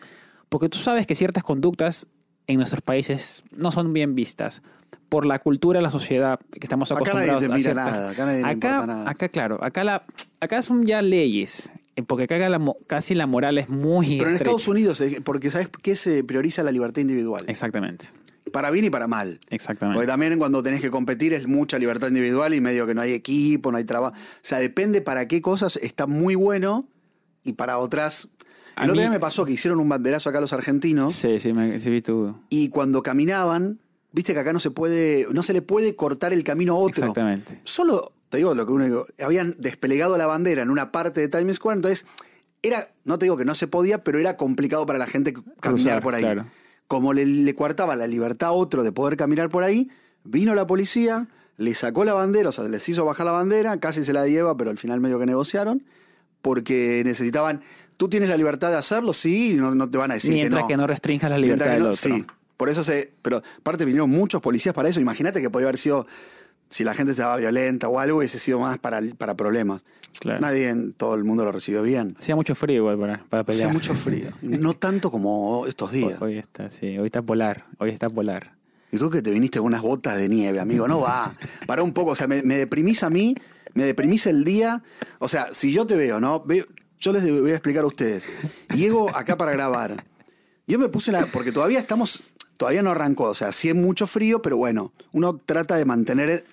Speaker 2: Porque tú sabes que ciertas conductas en nuestros países no son bien vistas por la cultura, la sociedad que estamos
Speaker 1: Acá nadie te
Speaker 2: acostumbrados
Speaker 1: mira
Speaker 2: a ciertas-
Speaker 1: nada, acá nadie le importa nada.
Speaker 2: Acá, claro, acá, la, acá son ya leyes, eh, porque acá la mo- casi la moral es muy
Speaker 1: Pero en
Speaker 2: estrecha.
Speaker 1: Estados Unidos, eh, porque ¿sabes qué? Se prioriza la libertad individual.
Speaker 2: Exactamente,
Speaker 1: Para bien y para mal.
Speaker 2: exactamente.
Speaker 1: Porque también cuando tenés que competir es mucha libertad individual y medio que no hay equipo, no hay trabajo. O sea, depende para qué cosas está muy bueno y para otras.
Speaker 2: A
Speaker 1: El otro
Speaker 2: mí-
Speaker 1: día me pasó que hicieron un banderazo acá los argentinos
Speaker 2: Sí, sí, me, sí vi tu...
Speaker 1: y cuando caminaban, viste que acá no se puede, no se le puede cortar el camino a otro.
Speaker 2: Exactamente.
Speaker 1: Solo, te digo lo que único, habían desplegado la bandera en una parte de Times Square, entonces era, no te digo que no se podía, pero era complicado para la gente caminar
Speaker 2: Cruzar,
Speaker 1: por ahí.
Speaker 2: claro.
Speaker 1: Como le, le coartaba la libertad a otro de poder caminar por ahí, vino la policía, le sacó la bandera, o sea, les hizo bajar la bandera, casi se la lleva, pero al final medio que negociaron, porque necesitaban, tú tienes la libertad de hacerlo, sí, y no, no te van a decir
Speaker 2: Mientras que no, restrinjas la libertad del
Speaker 1: Mientras que
Speaker 2: otro.
Speaker 1: no- Sí, por eso se. Pero aparte vinieron muchos policías para eso. Imagínate que podía haber sido. Si la gente estaba violenta o algo, hubiese sido más para, para problemas.
Speaker 2: Claro.
Speaker 1: Nadie en todo el mundo lo recibió bien.
Speaker 2: Hacía mucho frío igual para, para pelear.
Speaker 1: Hacía mucho frío. No tanto como estos
Speaker 2: Hoy,
Speaker 1: días.
Speaker 2: hoy está, sí, hoy está polar, hoy está polar.
Speaker 1: Y tú que te viniste con unas botas de nieve, amigo, no va. Para un poco, o sea, me, me deprimís a mí, me deprimís el día. O sea, si yo te veo, ¿no? Ve- yo les voy a explicar a ustedes. Llego acá para grabar. Yo me puse una. Porque todavía estamos. Todavía no arrancó. O sea, sí es mucho frío, pero bueno, uno trata de mantener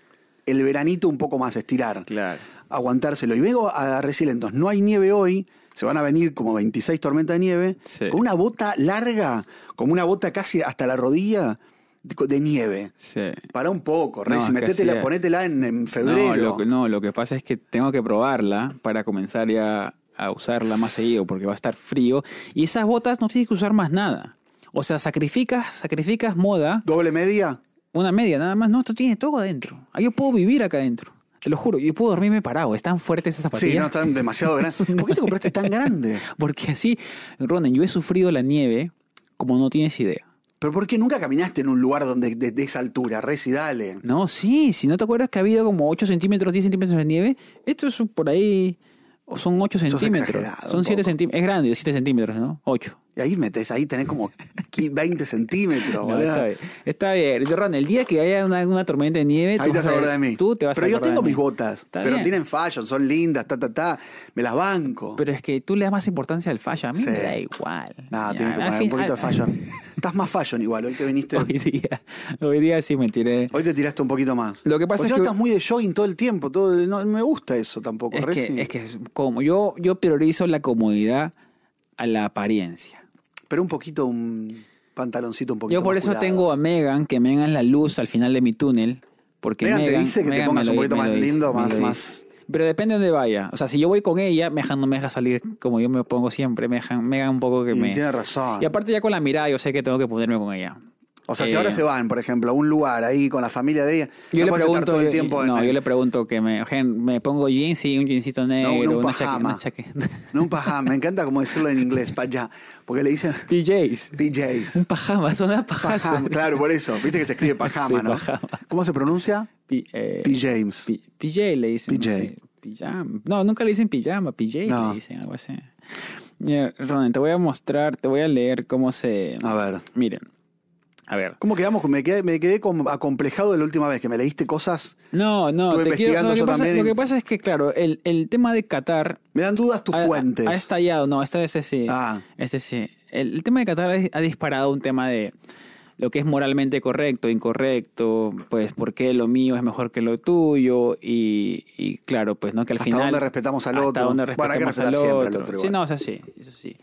Speaker 1: el veranito un poco más, estirar
Speaker 2: Claro.
Speaker 1: aguantárselo. Y vengo a Resilentos. No hay nieve hoy. Se van a venir como 26 tormentas de nieve.
Speaker 2: Sí.
Speaker 1: Con una bota larga, como una bota casi hasta la rodilla de, de nieve.
Speaker 2: Sí.
Speaker 1: Para un poco, Resi.
Speaker 2: No, es que
Speaker 1: metétela,
Speaker 2: así es.
Speaker 1: ponétela en, en
Speaker 2: No
Speaker 1: febrero.
Speaker 2: lo, que- no, lo que pasa es que tengo que probarla para comenzar ya a usarla más seguido porque va a estar frío. Y esas botas no tienes que usar más nada. O sea, sacrificas, sacrificas moda,
Speaker 1: ¿Doble media?
Speaker 2: una media nada más. No, esto tiene todo adentro. Ah, yo puedo vivir acá adentro. Te lo juro, yo puedo dormirme parado. Están fuertes esas zapatillas.
Speaker 1: Sí, no, están demasiado grandes. ¿Por qué te compraste tan grande?
Speaker 2: Porque así, Ronen, yo he sufrido la nieve como no tienes idea.
Speaker 1: ¿Pero por qué nunca caminaste en un lugar donde de, de esa altura? Resi, dale.
Speaker 2: No, sí, si no te acuerdas que ha habido como 8 centímetros, 10 centímetros de nieve, esto es por ahí O son 8
Speaker 1: Sos
Speaker 2: centímetros.
Speaker 1: exagerado
Speaker 2: Son
Speaker 1: un
Speaker 2: 7
Speaker 1: poco.
Speaker 2: centímetros. Es grande, 7 centímetros, ¿no? 8.
Speaker 1: Y ahí metes, ahí tenés como 20 centímetros,
Speaker 2: No,
Speaker 1: boludo.
Speaker 2: está bien. Está bien. Ron, el día que haya una, una tormenta de nieve.
Speaker 1: Ahí
Speaker 2: tú
Speaker 1: te vas a acordar de mí.
Speaker 2: Tú te vas
Speaker 1: pero
Speaker 2: a
Speaker 1: yo
Speaker 2: acordar
Speaker 1: tengo
Speaker 2: de mí.
Speaker 1: mis botas.
Speaker 2: Está
Speaker 1: pero
Speaker 2: bien.
Speaker 1: tienen fashion, son lindas, ta, ta, ta. Me las banco.
Speaker 2: Pero es que tú le das más importancia al fashion. A mí
Speaker 1: Sí.
Speaker 2: me da igual.
Speaker 1: Nada,
Speaker 2: Ya,
Speaker 1: tienes que
Speaker 2: al
Speaker 1: poner
Speaker 2: fin-
Speaker 1: un poquito
Speaker 2: al-
Speaker 1: de fashion. Estás más fashion igual, hoy que viniste.
Speaker 2: Hoy día, hoy día sí me tiré.
Speaker 1: Hoy te tiraste un poquito más.
Speaker 2: Lo que pasa
Speaker 1: O
Speaker 2: es
Speaker 1: sea,
Speaker 2: que-
Speaker 1: estás muy de jogging todo el tiempo. Todo, no me gusta eso tampoco.
Speaker 2: Es
Speaker 1: Reci.
Speaker 2: que, es que es como yo, yo priorizo la comodidad a la apariencia.
Speaker 1: Pero un poquito, un pantaloncito un poquito
Speaker 2: Yo por
Speaker 1: más
Speaker 2: eso
Speaker 1: cuidado.
Speaker 2: tengo a Megan, que Megan es la luz al final de mi túnel. Porque
Speaker 1: Megan
Speaker 2: Megan,
Speaker 1: te dice que te
Speaker 2: Megan
Speaker 1: pongas
Speaker 2: me lo
Speaker 1: un
Speaker 2: di-
Speaker 1: poquito
Speaker 2: me
Speaker 1: más
Speaker 2: lo dice,
Speaker 1: lindo,
Speaker 2: me
Speaker 1: más-
Speaker 2: lo dice.
Speaker 1: más-
Speaker 2: Pero depende de dónde vaya. O sea, si yo voy con ella, Megan no me deja salir como yo me pongo siempre. Megan, Megan un poco que
Speaker 1: Y
Speaker 2: me...
Speaker 1: tiene razón.
Speaker 2: Y aparte ya con la mirada yo sé que tengo que ponerme con ella.
Speaker 1: o sea, si
Speaker 2: Eh,
Speaker 1: ahora se van, por ejemplo, a un lugar ahí con la familia de ella,
Speaker 2: Yo
Speaker 1: no
Speaker 2: le
Speaker 1: puedes
Speaker 2: pregunto,
Speaker 1: estar todo el
Speaker 2: yo-
Speaker 1: tiempo en
Speaker 2: no,
Speaker 1: el-
Speaker 2: yo le pregunto que me, gen, me pongo jeans, sí, un jeansito negro,
Speaker 1: no, un
Speaker 2: una chaque-
Speaker 1: pajama.
Speaker 2: una chaque-
Speaker 1: No un pajama, me encanta como decirlo en inglés, para allá. Porque le dicen
Speaker 2: PJs. Un
Speaker 1: DJs.
Speaker 2: pajama, son las pajas.
Speaker 1: Pajama, claro, por eso. Viste que se escribe pajama,
Speaker 2: Sí,
Speaker 1: ¿no?
Speaker 2: pajama.
Speaker 1: ¿Cómo se pronuncia?
Speaker 2: P- eh,
Speaker 1: P. James.
Speaker 2: P- PJ le dicen.
Speaker 1: PJ.
Speaker 2: No, sé, pijama. no, nunca le dicen pijama, PJ
Speaker 1: No.
Speaker 2: le dicen, algo así. Mira, Ronen, te voy a mostrar, te voy a leer cómo se...
Speaker 1: A ver.
Speaker 2: Miren, a ver.
Speaker 1: ¿Cómo quedamos? Me quedé, me quedé como acomplejado de la última vez que me leíste cosas.
Speaker 2: No, no,
Speaker 1: Estuve
Speaker 2: te quiero,
Speaker 1: investigando
Speaker 2: no, lo, que
Speaker 1: yo
Speaker 2: pasa,
Speaker 1: también.
Speaker 2: lo que pasa es que, claro, el, el tema de Qatar
Speaker 1: Me dan dudas tus
Speaker 2: ha,
Speaker 1: fuentes.
Speaker 2: ha estallado, no, este, ese sí.
Speaker 1: Ah.
Speaker 2: Este sí. El, el tema de Qatar ha, ha disparado un tema de lo que es moralmente correcto, incorrecto, pues por qué lo mío es mejor que lo tuyo y, y claro, pues no que al
Speaker 1: Hasta
Speaker 2: final
Speaker 1: dónde respetamos al
Speaker 2: hasta
Speaker 1: otro.
Speaker 2: dónde
Speaker 1: Bueno, hay que
Speaker 2: respetamos
Speaker 1: respetar siempre al
Speaker 2: al
Speaker 1: otro
Speaker 2: otro. Sí,
Speaker 1: igual.
Speaker 2: no, eso sí, eso sí.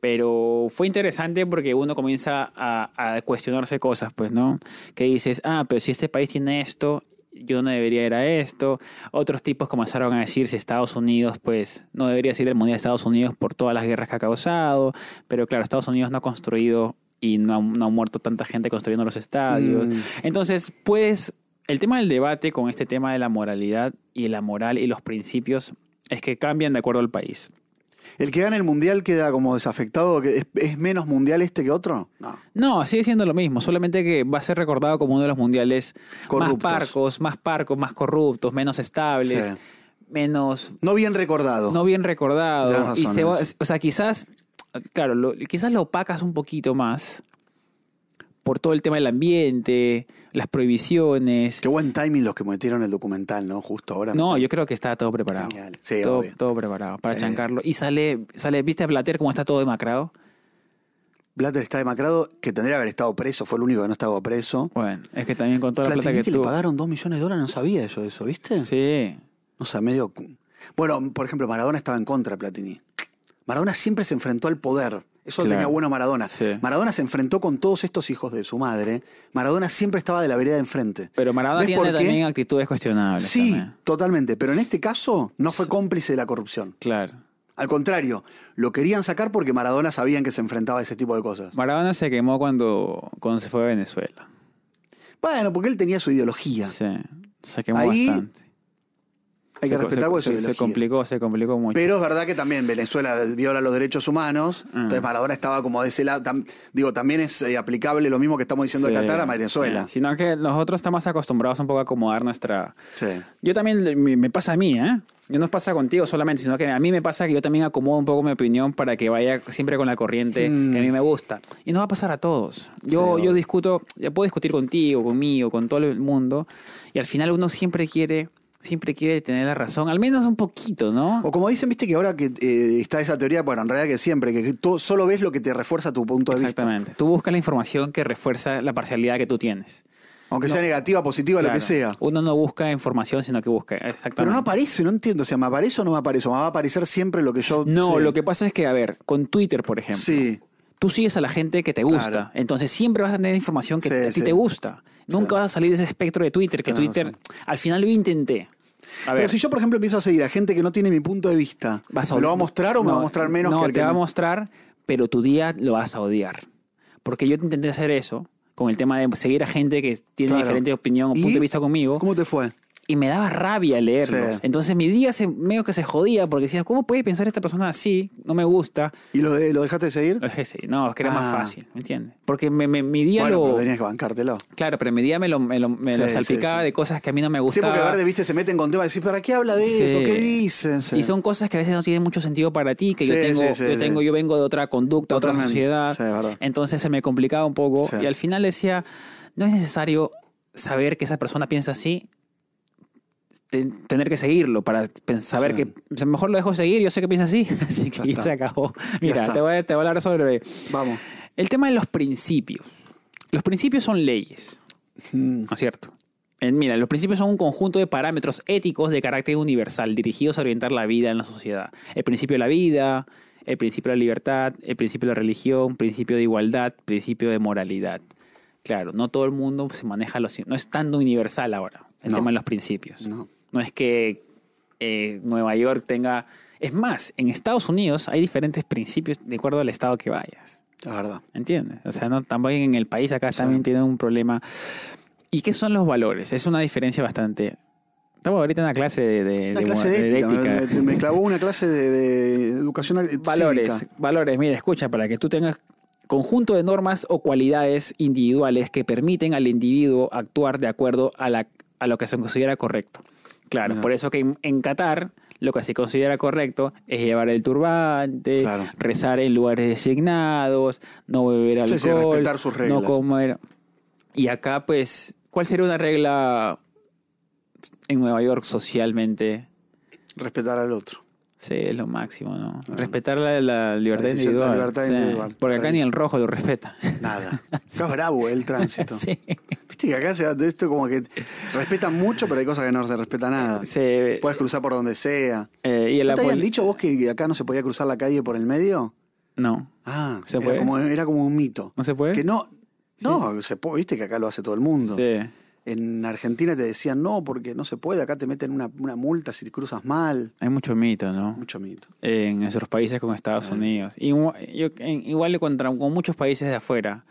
Speaker 2: Pero fue interesante porque uno comienza a, a cuestionarse cosas, pues, ¿no? Que dices, ah, pero si este país tiene esto, yo no debería ir a esto. Otros tipos comenzaron a decir si Estados Unidos, pues, no debería ser el mundial de Estados Unidos por todas las guerras que ha causado. Pero claro, Estados Unidos no ha construido y no ha, no ha muerto tanta gente construyendo los estadios.
Speaker 1: Mm.
Speaker 2: Entonces, pues, el tema del debate con este tema de la moralidad y la moral y los principios es que cambian de acuerdo al país.
Speaker 1: ¿El que gana el mundial queda como desafectado? que ¿Es, es menos mundial este que otro? No.
Speaker 2: No, sigue siendo lo mismo, solamente que va a ser recordado como uno de los mundiales
Speaker 1: Corruptos.
Speaker 2: más parcos, más parcos, más corruptos, menos estables,
Speaker 1: Sí.
Speaker 2: menos
Speaker 1: No bien recordado.
Speaker 2: no bien recordado.
Speaker 1: Tienes
Speaker 2: Y
Speaker 1: razón
Speaker 2: se
Speaker 1: en
Speaker 2: va-
Speaker 1: eso.
Speaker 2: o sea, quizás, claro, lo- quizás lo opacas un poquito más por todo el tema del ambiente, las prohibiciones.
Speaker 1: Qué buen timing los que metieron el documental, ¿no? Justo ahora.
Speaker 2: No, yo creo que está todo preparado.
Speaker 1: Genial. Sí,
Speaker 2: todo,
Speaker 1: obvio.
Speaker 2: todo preparado para
Speaker 1: Eh.
Speaker 2: chancarlo. Y sale, sale, ¿viste a Blatter cómo está todo demacrado?
Speaker 1: Blatter está demacrado, que tendría que haber estado preso, fue el único que no estaba preso.
Speaker 2: Bueno, es que también con toda la plata
Speaker 1: Platini
Speaker 2: que,
Speaker 1: que le
Speaker 2: tuvo.
Speaker 1: pagaron 2 millones de dólares, no sabía yo eso, ¿viste?
Speaker 2: Sí.
Speaker 1: O sea, medio. Bueno, por ejemplo, Maradona estaba en contra de Platini. Maradona siempre se enfrentó al poder. Eso
Speaker 2: Claro.
Speaker 1: tenía bueno Maradona.
Speaker 2: Sí.
Speaker 1: Maradona se enfrentó con todos estos hijos de su madre. Maradona siempre estaba de la vereda de enfrente.
Speaker 2: Pero Maradona
Speaker 1: ¿Ves
Speaker 2: tiene
Speaker 1: por qué?
Speaker 2: también actitudes cuestionables.
Speaker 1: Sí,
Speaker 2: también.
Speaker 1: totalmente. Pero en este caso no fue cómplice de la corrupción.
Speaker 2: Claro.
Speaker 1: Al contrario, lo querían sacar porque Maradona sabían que se enfrentaba a ese tipo de cosas.
Speaker 2: Maradona se quemó cuando, cuando se fue a Venezuela.
Speaker 1: Bueno, porque él tenía su ideología.
Speaker 2: Sí. Se quemó
Speaker 1: Ahí,
Speaker 2: bastante.
Speaker 1: Hay que
Speaker 2: Se-
Speaker 1: respetar
Speaker 2: se-
Speaker 1: porque es su
Speaker 2: se, se
Speaker 1: ideología.
Speaker 2: complicó, se complicó mucho.
Speaker 1: Pero es verdad que también Venezuela viola los derechos humanos.
Speaker 2: Mm.
Speaker 1: Entonces Maradona estaba como de ese lado. tam- digo, también es eh, aplicable lo mismo que estamos diciendo de
Speaker 2: Sí,
Speaker 1: Qatar a Venezuela.
Speaker 2: sí. Sino que nosotros estamos acostumbrados un poco a acomodar nuestra...
Speaker 1: Sí.
Speaker 2: Yo también, me, me pasa a mí, ¿eh? Yo no pasa contigo solamente, sino que a mí me pasa que yo también acomodo un poco mi opinión para que vaya siempre con la corriente que a mí me gusta. Y nos va a pasar a todos.
Speaker 1: Mm.
Speaker 2: Yo,
Speaker 1: Sí,
Speaker 2: yo
Speaker 1: obvio.
Speaker 2: discuto, yo puedo discutir contigo, conmigo, con todo el mundo. Y al final uno siempre quiere, siempre quiere tener la razón, al menos un poquito, ¿no?
Speaker 1: O como dicen, viste que ahora que eh, está esa teoría, bueno, en realidad que siempre, que tú solo ves lo que te refuerza tu punto de vista.
Speaker 2: Exactamente. Tú buscas la información que refuerza la parcialidad que tú tienes.
Speaker 1: Aunque sea negativa, positiva, lo
Speaker 2: Claro. Uh,
Speaker 1: que sea.
Speaker 2: Uno no busca información, sino que busca. Exactamente.
Speaker 1: Pero no aparece, no entiendo. O sea, ¿me aparece o no me aparece? ¿O me va a aparecer siempre lo que yo
Speaker 2: No,
Speaker 1: sé?
Speaker 2: lo que pasa es que, a ver, con Twitter, por ejemplo.
Speaker 1: Sí.
Speaker 2: tú sigues a la gente que te gusta.
Speaker 1: Claro.
Speaker 2: Entonces siempre vas a tener información que
Speaker 1: Sí,
Speaker 2: a ti
Speaker 1: sí.
Speaker 2: te gusta. Nunca vas a salir de ese espectro de Twitter, que
Speaker 1: Tenés
Speaker 2: Twitter,
Speaker 1: razón.
Speaker 2: al final lo intenté. A ver,
Speaker 1: Pero si yo, por ejemplo, empiezo a seguir a gente que no tiene mi punto de vista,
Speaker 2: vas
Speaker 1: ¿me lo va a mostrar o me
Speaker 2: No,
Speaker 1: va a mostrar menos
Speaker 2: no,
Speaker 1: que el
Speaker 2: te
Speaker 1: que
Speaker 2: va a
Speaker 1: me-
Speaker 2: mostrar, pero tu día lo vas a odiar. Porque yo intenté hacer eso con el tema de seguir a gente que tiene
Speaker 1: Claro.
Speaker 2: diferente opinión o punto
Speaker 1: ¿Y?
Speaker 2: de vista conmigo.
Speaker 1: ¿Cómo te fue?
Speaker 2: y me daba rabia leerlos.
Speaker 1: Sí.
Speaker 2: Entonces mi día se, medio que se jodía porque decía, ¿cómo puede pensar esta persona así? No me gusta.
Speaker 1: ¿Y lo, de- lo dejaste de seguir?
Speaker 2: Lo dejé seguir. No, es que era
Speaker 1: Ah.
Speaker 2: más fácil, ¿me entiendes? Porque me- me- mi día
Speaker 1: bueno,
Speaker 2: lo...
Speaker 1: pero tenías que bancártelo.
Speaker 2: Claro, pero mi día me lo, me lo- me
Speaker 1: Sí,
Speaker 2: lo
Speaker 1: sí,
Speaker 2: salpicaba
Speaker 1: sí.
Speaker 2: de cosas que a mí no me
Speaker 1: Sí,
Speaker 2: gustaban.
Speaker 1: porque Verde, viste, se meten con temas y decís, ¿para qué habla de
Speaker 2: Sí.
Speaker 1: esto? ¿Qué dicen? Sí.
Speaker 2: Y son cosas que a veces no tienen mucho sentido para ti, que yo
Speaker 1: Sí,
Speaker 2: tengo,
Speaker 1: sí, sí,
Speaker 2: yo
Speaker 1: sí.
Speaker 2: tengo, yo vengo de otra conducta,
Speaker 1: Totalmente.
Speaker 2: otra
Speaker 1: Sí, es
Speaker 2: sociedad.
Speaker 1: verdad.
Speaker 2: entonces se me complicaba un poco.
Speaker 1: Sí.
Speaker 2: Y al final decía, no es necesario saber que esa persona piensa así, te- tener que seguirlo para pen- saber
Speaker 1: Sí.
Speaker 2: que mejor lo dejo seguir, yo sé que piensa así. Así que
Speaker 1: Ya
Speaker 2: ya
Speaker 1: está.
Speaker 2: se acabó. Mira,
Speaker 1: está.
Speaker 2: te voy, a, te voy a hablar sobre
Speaker 1: Vamos.
Speaker 2: el tema de los principios. Los principios son leyes.
Speaker 1: Mm.
Speaker 2: ¿No es cierto? Eh, Mira, los principios son un conjunto de parámetros éticos de carácter universal dirigidos a orientar la vida en la sociedad. El principio de la vida, el principio de la libertad, el principio de la religión, principio de igualdad, principio de moralidad. Claro, no todo el mundo se maneja los... No es tan universal ahora el
Speaker 1: No.
Speaker 2: tema de los principios.
Speaker 1: No.
Speaker 2: No es que eh, Nueva York tenga... Es más, en Estados Unidos hay diferentes principios de acuerdo al estado que vayas.
Speaker 1: La verdad.
Speaker 2: ¿Entiendes? O sea, no, también en el país acá
Speaker 1: Sí.
Speaker 2: también tienen un problema. ¿Y qué son los valores? Es una diferencia bastante... Estamos ahorita en una clase de, de-
Speaker 1: Una
Speaker 2: de-
Speaker 1: clase de,
Speaker 2: de
Speaker 1: ética. Me-
Speaker 2: ética.
Speaker 1: Me, me clavó una clase de, de educación ac-
Speaker 2: Valores,
Speaker 1: cívica.
Speaker 2: valores. Mira, escucha, para que tú tengas conjunto de normas o cualidades individuales que permiten al individuo actuar de acuerdo a, la, a lo que se considera correcto. Claro,
Speaker 1: Mira.
Speaker 2: por eso que en, en Qatar lo que se considera correcto es llevar el turbante,
Speaker 1: Claro.
Speaker 2: rezar en lugares designados, no beber
Speaker 1: Sí,
Speaker 2: alcohol,
Speaker 1: sí, respetar sus reglas.
Speaker 2: no comer. Y acá, pues, ¿cuál sería una regla en Nueva York socialmente?
Speaker 1: Respetar al otro.
Speaker 2: Sí, es lo máximo, ¿no? Respetar la, la libertad
Speaker 1: Ah, La decisión- la
Speaker 2: individual.
Speaker 1: libertad
Speaker 2: sí,
Speaker 1: individual.
Speaker 2: Porque acá
Speaker 1: Ahí.
Speaker 2: ni el rojo lo respeta.
Speaker 1: Nada. Está bravo el tránsito.
Speaker 2: Sí.
Speaker 1: Viste que acá se da esto como que se respetan mucho, pero hay cosas que no se respeta nada.
Speaker 2: Se-
Speaker 1: Puedes cruzar por donde sea.
Speaker 2: eh, y
Speaker 1: Pues,
Speaker 2: el
Speaker 1: ¿No te habían
Speaker 2: apol-
Speaker 1: dicho vos que acá no se podía cruzar la calle por el medio?
Speaker 2: No,
Speaker 1: Ah,
Speaker 2: ¿Se
Speaker 1: era,
Speaker 2: puede?
Speaker 1: como, era como un mito.
Speaker 2: no se puede.
Speaker 1: Que no, no se po- viste que acá lo hace todo el mundo.
Speaker 2: ¿Eh? Sí.
Speaker 1: En Argentina te decían no, porque no se puede, acá te meten una, una multa si cruzas mal.
Speaker 2: Hay mucho mito, ¿no?
Speaker 1: Mucho mito.
Speaker 2: En nuestros países como
Speaker 1: Ah.
Speaker 2: Estados Unidos. Y, mu- yo- en- igual contra, con muchos países de afuera.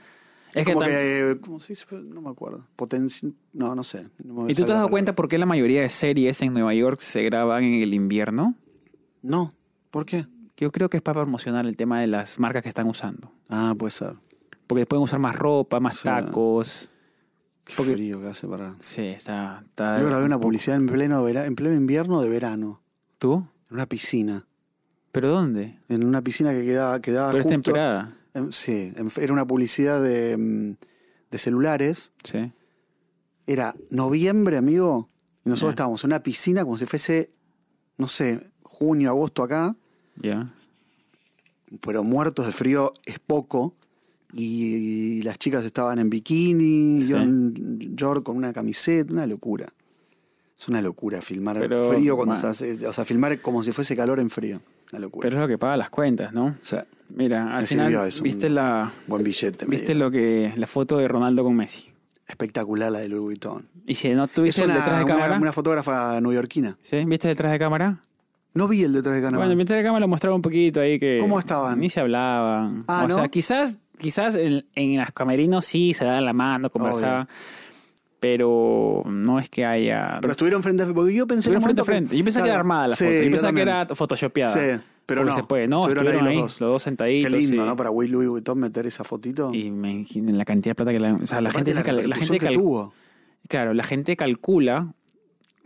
Speaker 2: Es
Speaker 1: como
Speaker 2: tam-
Speaker 1: que, eh, ¿cómo se dice? No me acuerdo. Potenci- no, no sé. No me sale
Speaker 2: ¿Y tú te has
Speaker 1: la
Speaker 2: dado
Speaker 1: palabra.
Speaker 2: cuenta por qué la mayoría de series en Nueva York se graban en el invierno?
Speaker 1: No. ¿Por qué?
Speaker 2: Yo creo que es para promocionar el tema de las marcas que están usando.
Speaker 1: Ah, puede ser.
Speaker 2: Porque pueden usar más ropa, más
Speaker 1: O sea,
Speaker 2: tacos.
Speaker 1: Qué
Speaker 2: Porque-
Speaker 1: frío que hace para.
Speaker 2: Sí, está. está
Speaker 1: Yo grabé una publicidad en pleno, vera- en pleno invierno de verano.
Speaker 2: ¿Tú?
Speaker 1: En una piscina.
Speaker 2: ¿Pero dónde?
Speaker 1: En una piscina que quedaba. quedaba
Speaker 2: Pero es
Speaker 1: Ah, justo-
Speaker 2: temporada.
Speaker 1: em, sí. em, era una publicidad de, mm, de celulares.
Speaker 2: Sí.
Speaker 1: Era noviembre, amigo. Y nosotros
Speaker 2: Ah.
Speaker 1: estábamos en una piscina como si fuese, no sé, junio, agosto acá.
Speaker 2: Ya.
Speaker 1: pero muertos de frío es poco. Y, las chicas estaban en bikini,
Speaker 2: Sí.
Speaker 1: yo en short con una camiseta, una locura. Es una locura filmar
Speaker 2: Pero,
Speaker 1: frío cuando
Speaker 2: bueno.
Speaker 1: estás. eh, O sea, filmar como si fuese calor en frío. Una locura.
Speaker 2: Pero es lo que paga las cuentas, ¿no?
Speaker 1: o sea,
Speaker 2: Mira, al
Speaker 1: Me
Speaker 2: final
Speaker 1: sirvió eso,
Speaker 2: viste
Speaker 1: un-
Speaker 2: la
Speaker 1: buen billete. me
Speaker 2: viste
Speaker 1: dieron.
Speaker 2: lo que la foto de Ronaldo con Messi.
Speaker 1: Espectacular la de Louis Vuitton.
Speaker 2: Y si no
Speaker 1: Es
Speaker 2: tuviste
Speaker 1: una,
Speaker 2: el detrás de
Speaker 1: una-
Speaker 2: cámara,
Speaker 1: una fotógrafa neoyorquina.
Speaker 2: ¿sí? ¿Viste el detrás de cámara?
Speaker 1: No vi el detrás de cámara.
Speaker 2: Bueno, el detrás de cámara lo mostraba un poquito ahí que
Speaker 1: ¿Cómo estaban?
Speaker 2: Ni se hablaban.
Speaker 1: Ah,
Speaker 2: o
Speaker 1: ¿no?
Speaker 2: sea, quizás quizás en, en las camerinos sí se daban la mano, conversaban, pero no es que haya
Speaker 1: Ah, pero estuvieron frente a frente. Porque yo pensé en
Speaker 2: Estuvieron
Speaker 1: un
Speaker 2: frente a
Speaker 1: momento
Speaker 2: frente. Yo pensaba que era
Speaker 1: claro.
Speaker 2: armada la
Speaker 1: Sí,
Speaker 2: foto. Yo pensaba que
Speaker 1: también.
Speaker 2: era photoshopeada.
Speaker 1: Sí, pero
Speaker 2: Porque
Speaker 1: no.
Speaker 2: se puede. No, estuvieron, ahí, los dos,
Speaker 1: Qué
Speaker 2: sentaditos.
Speaker 1: lindo,
Speaker 2: sí.
Speaker 1: ¿no? Para Will Louis Vuitton meter esa fotito.
Speaker 2: Y me imagino la cantidad de plata que la. O sea, la
Speaker 1: Aparte
Speaker 2: gente,
Speaker 1: de
Speaker 2: se cal- la,
Speaker 1: repercusión
Speaker 2: gente
Speaker 1: que
Speaker 2: cal-
Speaker 1: tuvo.
Speaker 2: Claro, la gente calcula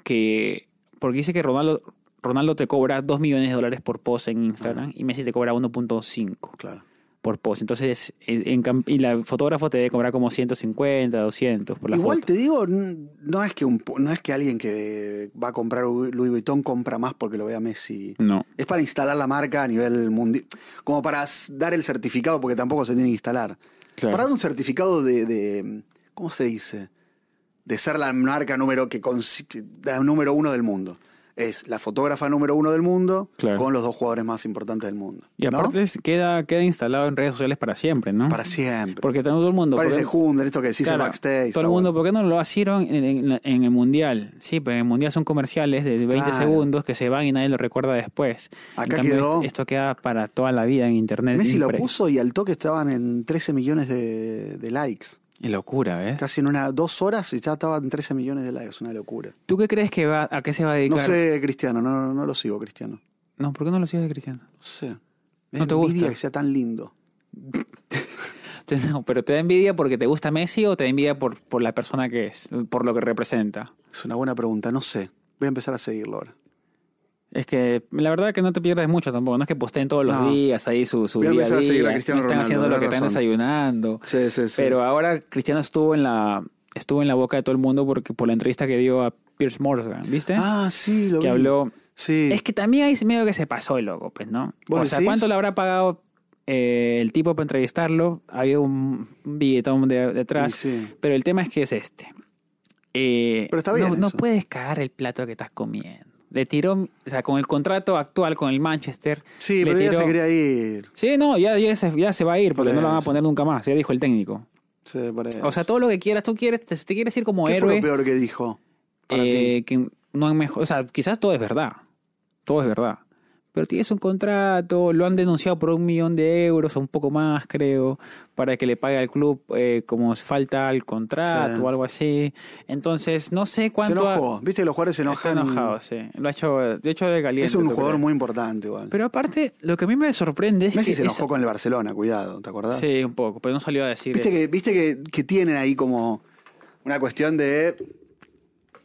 Speaker 2: que. Porque dice que Ronaldo, Ronaldo te cobra 2 millones de dólares por post en Instagram y Messi te cobra 1.5
Speaker 1: Claro.
Speaker 2: por post. Entonces, en- en cam- y la fotógrafo te debe cobrar como 150, 200 por la
Speaker 1: Igual te
Speaker 2: foto.
Speaker 1: digo, n- no es que un, po- no es que alguien que va a comprar Louis Vuitton compra más porque lo vea Messi.
Speaker 2: No.
Speaker 1: Es para instalar la marca a nivel mundial, como para s- dar el certificado porque tampoco se tiene que instalar.
Speaker 2: Claro.
Speaker 1: Para dar un certificado de, de- ¿cómo se dice? De ser la marca número que consi- la número uno del mundo. Es la fotógrafa número uno del mundo
Speaker 2: Claro.
Speaker 1: con los dos jugadores más importantes del mundo.
Speaker 2: Y
Speaker 1: ¿no?
Speaker 2: aparte es- queda, queda instalado en redes sociales para siempre, ¿no?
Speaker 1: para siempre.
Speaker 2: Porque todo el mundo.
Speaker 1: Parece
Speaker 2: por-
Speaker 1: Hunden, esto que decís en
Speaker 2: Claro,
Speaker 1: backstage.
Speaker 2: Todo
Speaker 1: está
Speaker 2: el
Speaker 1: bueno.
Speaker 2: mundo, ¿por qué no lo hicieron en, en- en el Mundial? Sí, pero en el Mundial son comerciales de 20
Speaker 1: Claro.
Speaker 2: segundos que se van y nadie lo recuerda después. En
Speaker 1: Acá
Speaker 2: cambio,
Speaker 1: quedó-
Speaker 2: est- Esto queda para toda la vida en Internet.
Speaker 1: Messi lo
Speaker 2: Impre-
Speaker 1: puso y al toque estaban en 13 millones de, de likes.
Speaker 2: Qué locura, ¿eh?
Speaker 1: Casi en una, dos horas y ya estaban 13 millones de likes, una locura.
Speaker 2: ¿Tú qué crees que va, a qué se va a dedicar?
Speaker 1: No sé, Cristiano, no, no lo sigo, Cristiano.
Speaker 2: No, ¿por qué no lo sigues de Cristiano?
Speaker 1: No sé. Me
Speaker 2: ¿No
Speaker 1: da
Speaker 2: te
Speaker 1: envidia
Speaker 2: gusta?
Speaker 1: que sea tan lindo.
Speaker 2: Te- no, pero ¿te da envidia porque te gusta Messi o te da envidia por, por la persona que es, por lo que representa?
Speaker 1: Es una buena pregunta, no sé. Voy a empezar a seguirlo ahora.
Speaker 2: Es que la verdad que no te pierdes mucho tampoco, no es que posteen todos los
Speaker 1: No.
Speaker 2: días ahí su, su
Speaker 1: Voy a
Speaker 2: día a
Speaker 1: empezar a seguir a
Speaker 2: día,
Speaker 1: Cristiano
Speaker 2: no están
Speaker 1: Ronaldo,
Speaker 2: haciendo lo
Speaker 1: tenés
Speaker 2: que están
Speaker 1: razón.
Speaker 2: desayunando.
Speaker 1: Sí, sí, sí.
Speaker 2: Pero ahora Cristiano estuvo en la estuvo en la boca de todo el mundo porque por la entrevista que dio a Pierce Morgan, ¿viste?
Speaker 1: ah, sí, lo
Speaker 2: ¿eh? que
Speaker 1: vi.
Speaker 2: habló.
Speaker 1: Sí.
Speaker 2: Es que también hay medio que se pasó el loco, pues, ¿no?
Speaker 1: ¿Vos
Speaker 2: O sea,
Speaker 1: decís?
Speaker 2: ¿cuánto le habrá pagado eh, el tipo para entrevistarlo? Había un un billetón de- detrás.
Speaker 1: Y sí.
Speaker 2: Pero el tema es que es este. Eh,
Speaker 1: Pero está
Speaker 2: no-
Speaker 1: bien
Speaker 2: No,
Speaker 1: eso.
Speaker 2: puedes cagar el plato que estás comiendo. Le tiró, o sea, con el contrato actual con el Manchester.
Speaker 1: Sí,
Speaker 2: le
Speaker 1: pero ella
Speaker 2: tiró-
Speaker 1: se quería ir.
Speaker 2: Sí, no, ya, ya se, ya se va a ir porque
Speaker 1: Por
Speaker 2: no la van a
Speaker 1: eso.
Speaker 2: poner nunca más, ya dijo el técnico.
Speaker 1: Sí, por eso.
Speaker 2: O sea, todo lo que quieras, tú quieres, te, te quieres ir como
Speaker 1: ¿Qué fue
Speaker 2: héroe.
Speaker 1: lo peor que dijo para ti?
Speaker 2: eh, que no han mejor, o sea, quizás todo es verdad. Todo es verdad. Pero tienes un contrato, lo han denunciado por un millón de euros o un poco más, creo, para que le pague al club eh, como falta al contrato
Speaker 1: Sí.
Speaker 2: o algo así. Entonces, no sé
Speaker 1: Se
Speaker 2: cuánto. ha-
Speaker 1: enojó. Viste que los jugadores se
Speaker 2: Está
Speaker 1: enojan.
Speaker 2: enojado, sí. Lo ha hecho, de hecho, de caliente.
Speaker 1: Es un
Speaker 2: creo.
Speaker 1: jugador muy importante igual.
Speaker 2: Pero aparte, lo que a mí me sorprende es
Speaker 1: Messi
Speaker 2: que.
Speaker 1: se enojó
Speaker 2: es-
Speaker 1: con el Barcelona, cuidado, ¿te acordás?
Speaker 2: Sí, un poco, pero no salió a decir.
Speaker 1: Viste
Speaker 2: eso.
Speaker 1: que, viste que, que tienen ahí como una cuestión de,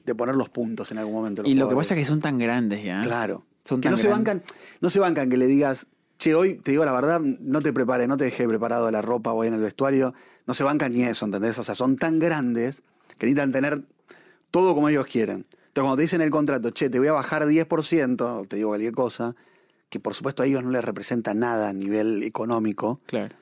Speaker 1: de poner los puntos en algún momento. los
Speaker 2: y lo que
Speaker 1: jugadores.
Speaker 2: pasa es que son tan grandes ya.
Speaker 1: Claro.
Speaker 2: ¿eh? Son
Speaker 1: que
Speaker 2: tan
Speaker 1: no se,
Speaker 2: grandes.
Speaker 1: bancan, no se bancan que le digas, che, hoy te digo la verdad, no te preparé, no te dejé preparado la ropa hoy en el vestuario. No se bancan ni eso, ¿entendés? O sea, son tan grandes que necesitan tener todo como ellos quieren. Entonces, cuando te dicen en el contrato, che, te voy a bajar 10%, te digo cualquier cosa, que por supuesto a ellos no les representa nada a nivel económico,
Speaker 2: Claro.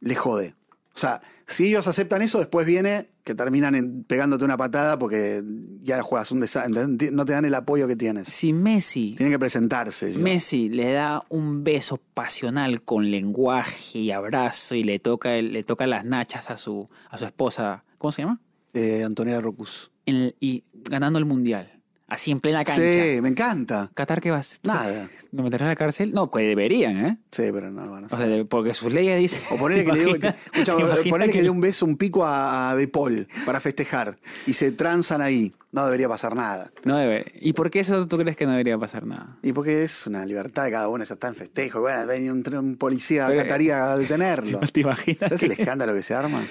Speaker 1: les jode. O sea, si ellos aceptan eso, después viene que terminan en- pegándote una patada porque ya juegas un desastre, no te dan el apoyo que tienes.
Speaker 2: Si Messi,
Speaker 1: Tienen que presentarse. digo.
Speaker 2: Messi le da un beso pasional con lenguaje y abrazo y le toca, le toca las nachas a su, a su esposa. ¿Cómo se llama?
Speaker 1: Eh, Antonella Rocus.
Speaker 2: En el- y ganando el mundial. Así en plena cancha.
Speaker 1: Sí, me encanta.
Speaker 2: ¿Qatar qué vas?
Speaker 1: Nada.
Speaker 2: ¿Lo meterás a la cárcel? No, que deberían, ¿eh?
Speaker 1: Sí, pero no van a
Speaker 2: O
Speaker 1: ser.
Speaker 2: sea, de- porque sus leyes dicen.
Speaker 1: O ponele
Speaker 2: ¿Te
Speaker 1: que, le, digo,
Speaker 2: imaginas-
Speaker 1: que- escucha,
Speaker 2: te imaginas
Speaker 1: ponele que
Speaker 2: que-
Speaker 1: le dé un beso, un pico a, a De Paul para festejar y se transan ahí. No debería pasar nada.
Speaker 2: No debe. ¿Y por qué eso tú crees que no debería pasar nada?
Speaker 1: Y porque es una libertad de cada uno, ya está en festejo. Bueno, venía un, un policía
Speaker 2: Pero-
Speaker 1: cataría a detenerlo.
Speaker 2: ¿Te imaginas?
Speaker 1: ¿Sabes
Speaker 2: que-
Speaker 1: el escándalo que se arma?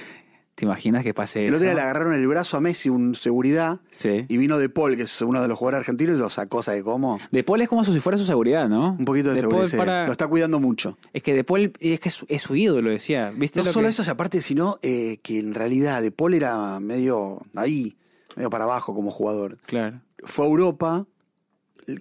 Speaker 2: ¿Te imaginas que pase
Speaker 1: El
Speaker 2: eso?
Speaker 1: otro día le agarraron el brazo a Messi, un seguridad,
Speaker 2: Sí.
Speaker 1: y vino De Paul, que es uno de los jugadores argentinos, y lo sacó, ¿sabe cómo?
Speaker 2: De Paul es como si fuera su seguridad, ¿no?
Speaker 1: Un poquito de,
Speaker 2: Paul
Speaker 1: seguridad. sí.
Speaker 2: para-
Speaker 1: Lo está cuidando mucho.
Speaker 2: Es que De Paul es que es su, es su ídolo, decía. ¿Viste
Speaker 1: No
Speaker 2: lo
Speaker 1: solo
Speaker 2: que-
Speaker 1: eso, aparte, sino eh, que en realidad De Paul era medio ahí, medio para abajo como jugador.
Speaker 2: Claro.
Speaker 1: Fue a Europa,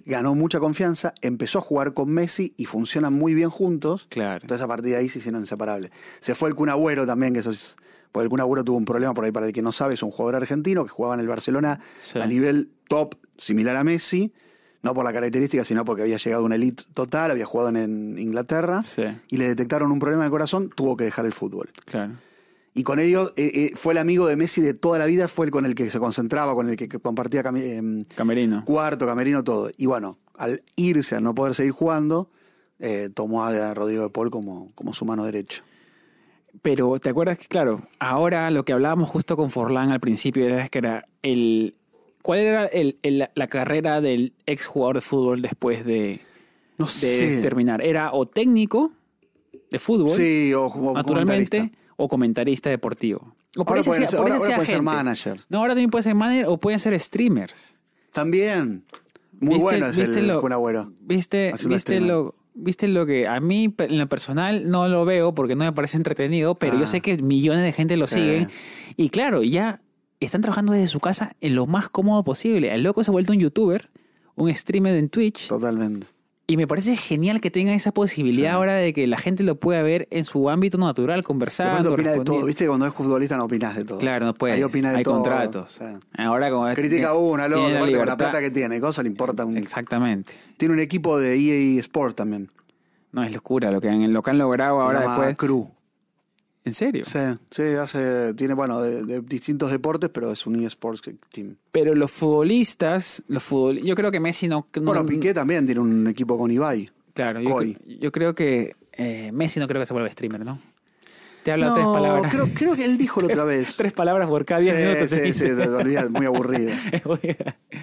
Speaker 1: ganó mucha confianza, empezó a jugar con Messi y funcionan muy bien juntos.
Speaker 2: Claro.
Speaker 1: Entonces a partir de ahí se hicieron inseparables. Se fue el Kun Agüero también, que eso es... Porque el Kun Agüero tuvo un problema por ahí, para el que no sabe, es un jugador argentino que jugaba en el Barcelona
Speaker 2: Sí.
Speaker 1: a nivel top, similar a Messi. No por la característica, sino porque había llegado a una elite total, había jugado en- en Inglaterra.
Speaker 2: Sí,
Speaker 1: Y le detectaron un problema de corazón, tuvo que dejar el fútbol.
Speaker 2: claro.
Speaker 1: Y con ellos eh, eh, fue el amigo de Messi de toda la vida, fue el con el que se concentraba, con el que, que compartía cami- em,
Speaker 2: Camerino.
Speaker 1: cuarto, camerino, todo. Y bueno, al irse, al no poder seguir jugando, eh, tomó a Rodrigo de Paul como, como su mano derecha.
Speaker 2: Pero te acuerdas que, claro, ahora lo que hablábamos justo con Forlán al principio era que era el. ¿Cuál era el- el- la carrera del ex jugador de fútbol después de,
Speaker 1: No
Speaker 2: de
Speaker 1: sé.
Speaker 2: terminar? ¿Era o técnico de fútbol,
Speaker 1: Sí, o, o
Speaker 2: naturalmente,
Speaker 1: comentarista.
Speaker 2: o comentarista deportivo? O
Speaker 1: Ahora
Speaker 2: parece
Speaker 1: pueden
Speaker 2: sea-
Speaker 1: ser, ahora-
Speaker 2: parece
Speaker 1: ahora
Speaker 2: sea
Speaker 1: pueden ser
Speaker 2: gente.
Speaker 1: manager.
Speaker 2: No, ahora también pueden ser manager o pueden ser streamers.
Speaker 1: También. Muy
Speaker 2: ¿Viste-
Speaker 1: bueno es
Speaker 2: viste
Speaker 1: el
Speaker 2: lo-
Speaker 1: Kun Agüero.
Speaker 2: ¿Viste,
Speaker 1: Haciendo
Speaker 2: viste,
Speaker 1: streaming.
Speaker 2: lo, viste lo que a mí pe- en lo personal no lo veo porque no me parece entretenido, pero yo
Speaker 1: Ah.
Speaker 2: sé que millones de gente lo
Speaker 1: Sí.
Speaker 2: sigue. Y claro, ya están trabajando desde su casa en lo más cómodo posible. El loco se ha vuelto un youtuber, un streamer en Twitch.
Speaker 1: Totalmente.
Speaker 2: Y me parece genial que tenga esa posibilidad
Speaker 1: Sí.
Speaker 2: ahora de que la gente lo pueda ver en su ámbito natural,
Speaker 1: Aparte
Speaker 2: conversando.
Speaker 1: opina de todo.
Speaker 2: respondiendo.
Speaker 1: Viste que cuando es futbolista no opinás de todo.
Speaker 2: Claro, no puedes.
Speaker 1: Ahí opina de
Speaker 2: Hay
Speaker 1: todo.
Speaker 2: contratos.
Speaker 1: Sí.
Speaker 2: Ahora como es-
Speaker 1: Critica a uno, al
Speaker 2: tiene
Speaker 1: otro,
Speaker 2: la
Speaker 1: aparte con la
Speaker 2: libertad.
Speaker 1: plata que tiene, cosa le importa un
Speaker 2: Exactamente.
Speaker 1: Tiene un equipo de EA Sport también.
Speaker 2: No, es locura lo que han, lo que han logrado ahora
Speaker 1: se llama
Speaker 2: Ah, después.
Speaker 1: Cru.
Speaker 2: ¿En serio?
Speaker 1: Sí, sí, hace, tiene, bueno, de, de distintos deportes, pero es un eSports team.
Speaker 2: Pero los futbolistas, los futbol... yo creo que Messi no... no-
Speaker 1: bueno, Piqué también tiene un equipo con Ibai.
Speaker 2: Claro, yo,
Speaker 1: Coy.
Speaker 2: yo creo que eh, Messi no creo que se vuelva streamer, ¿no? Te habla tres palabras.
Speaker 1: Creo, creo que él dijo la otra vez.
Speaker 2: Tres palabras por cada diez
Speaker 1: Sí,
Speaker 2: minutos. te
Speaker 1: sí,
Speaker 2: dice.
Speaker 1: sí, te olvidas, muy aburrido.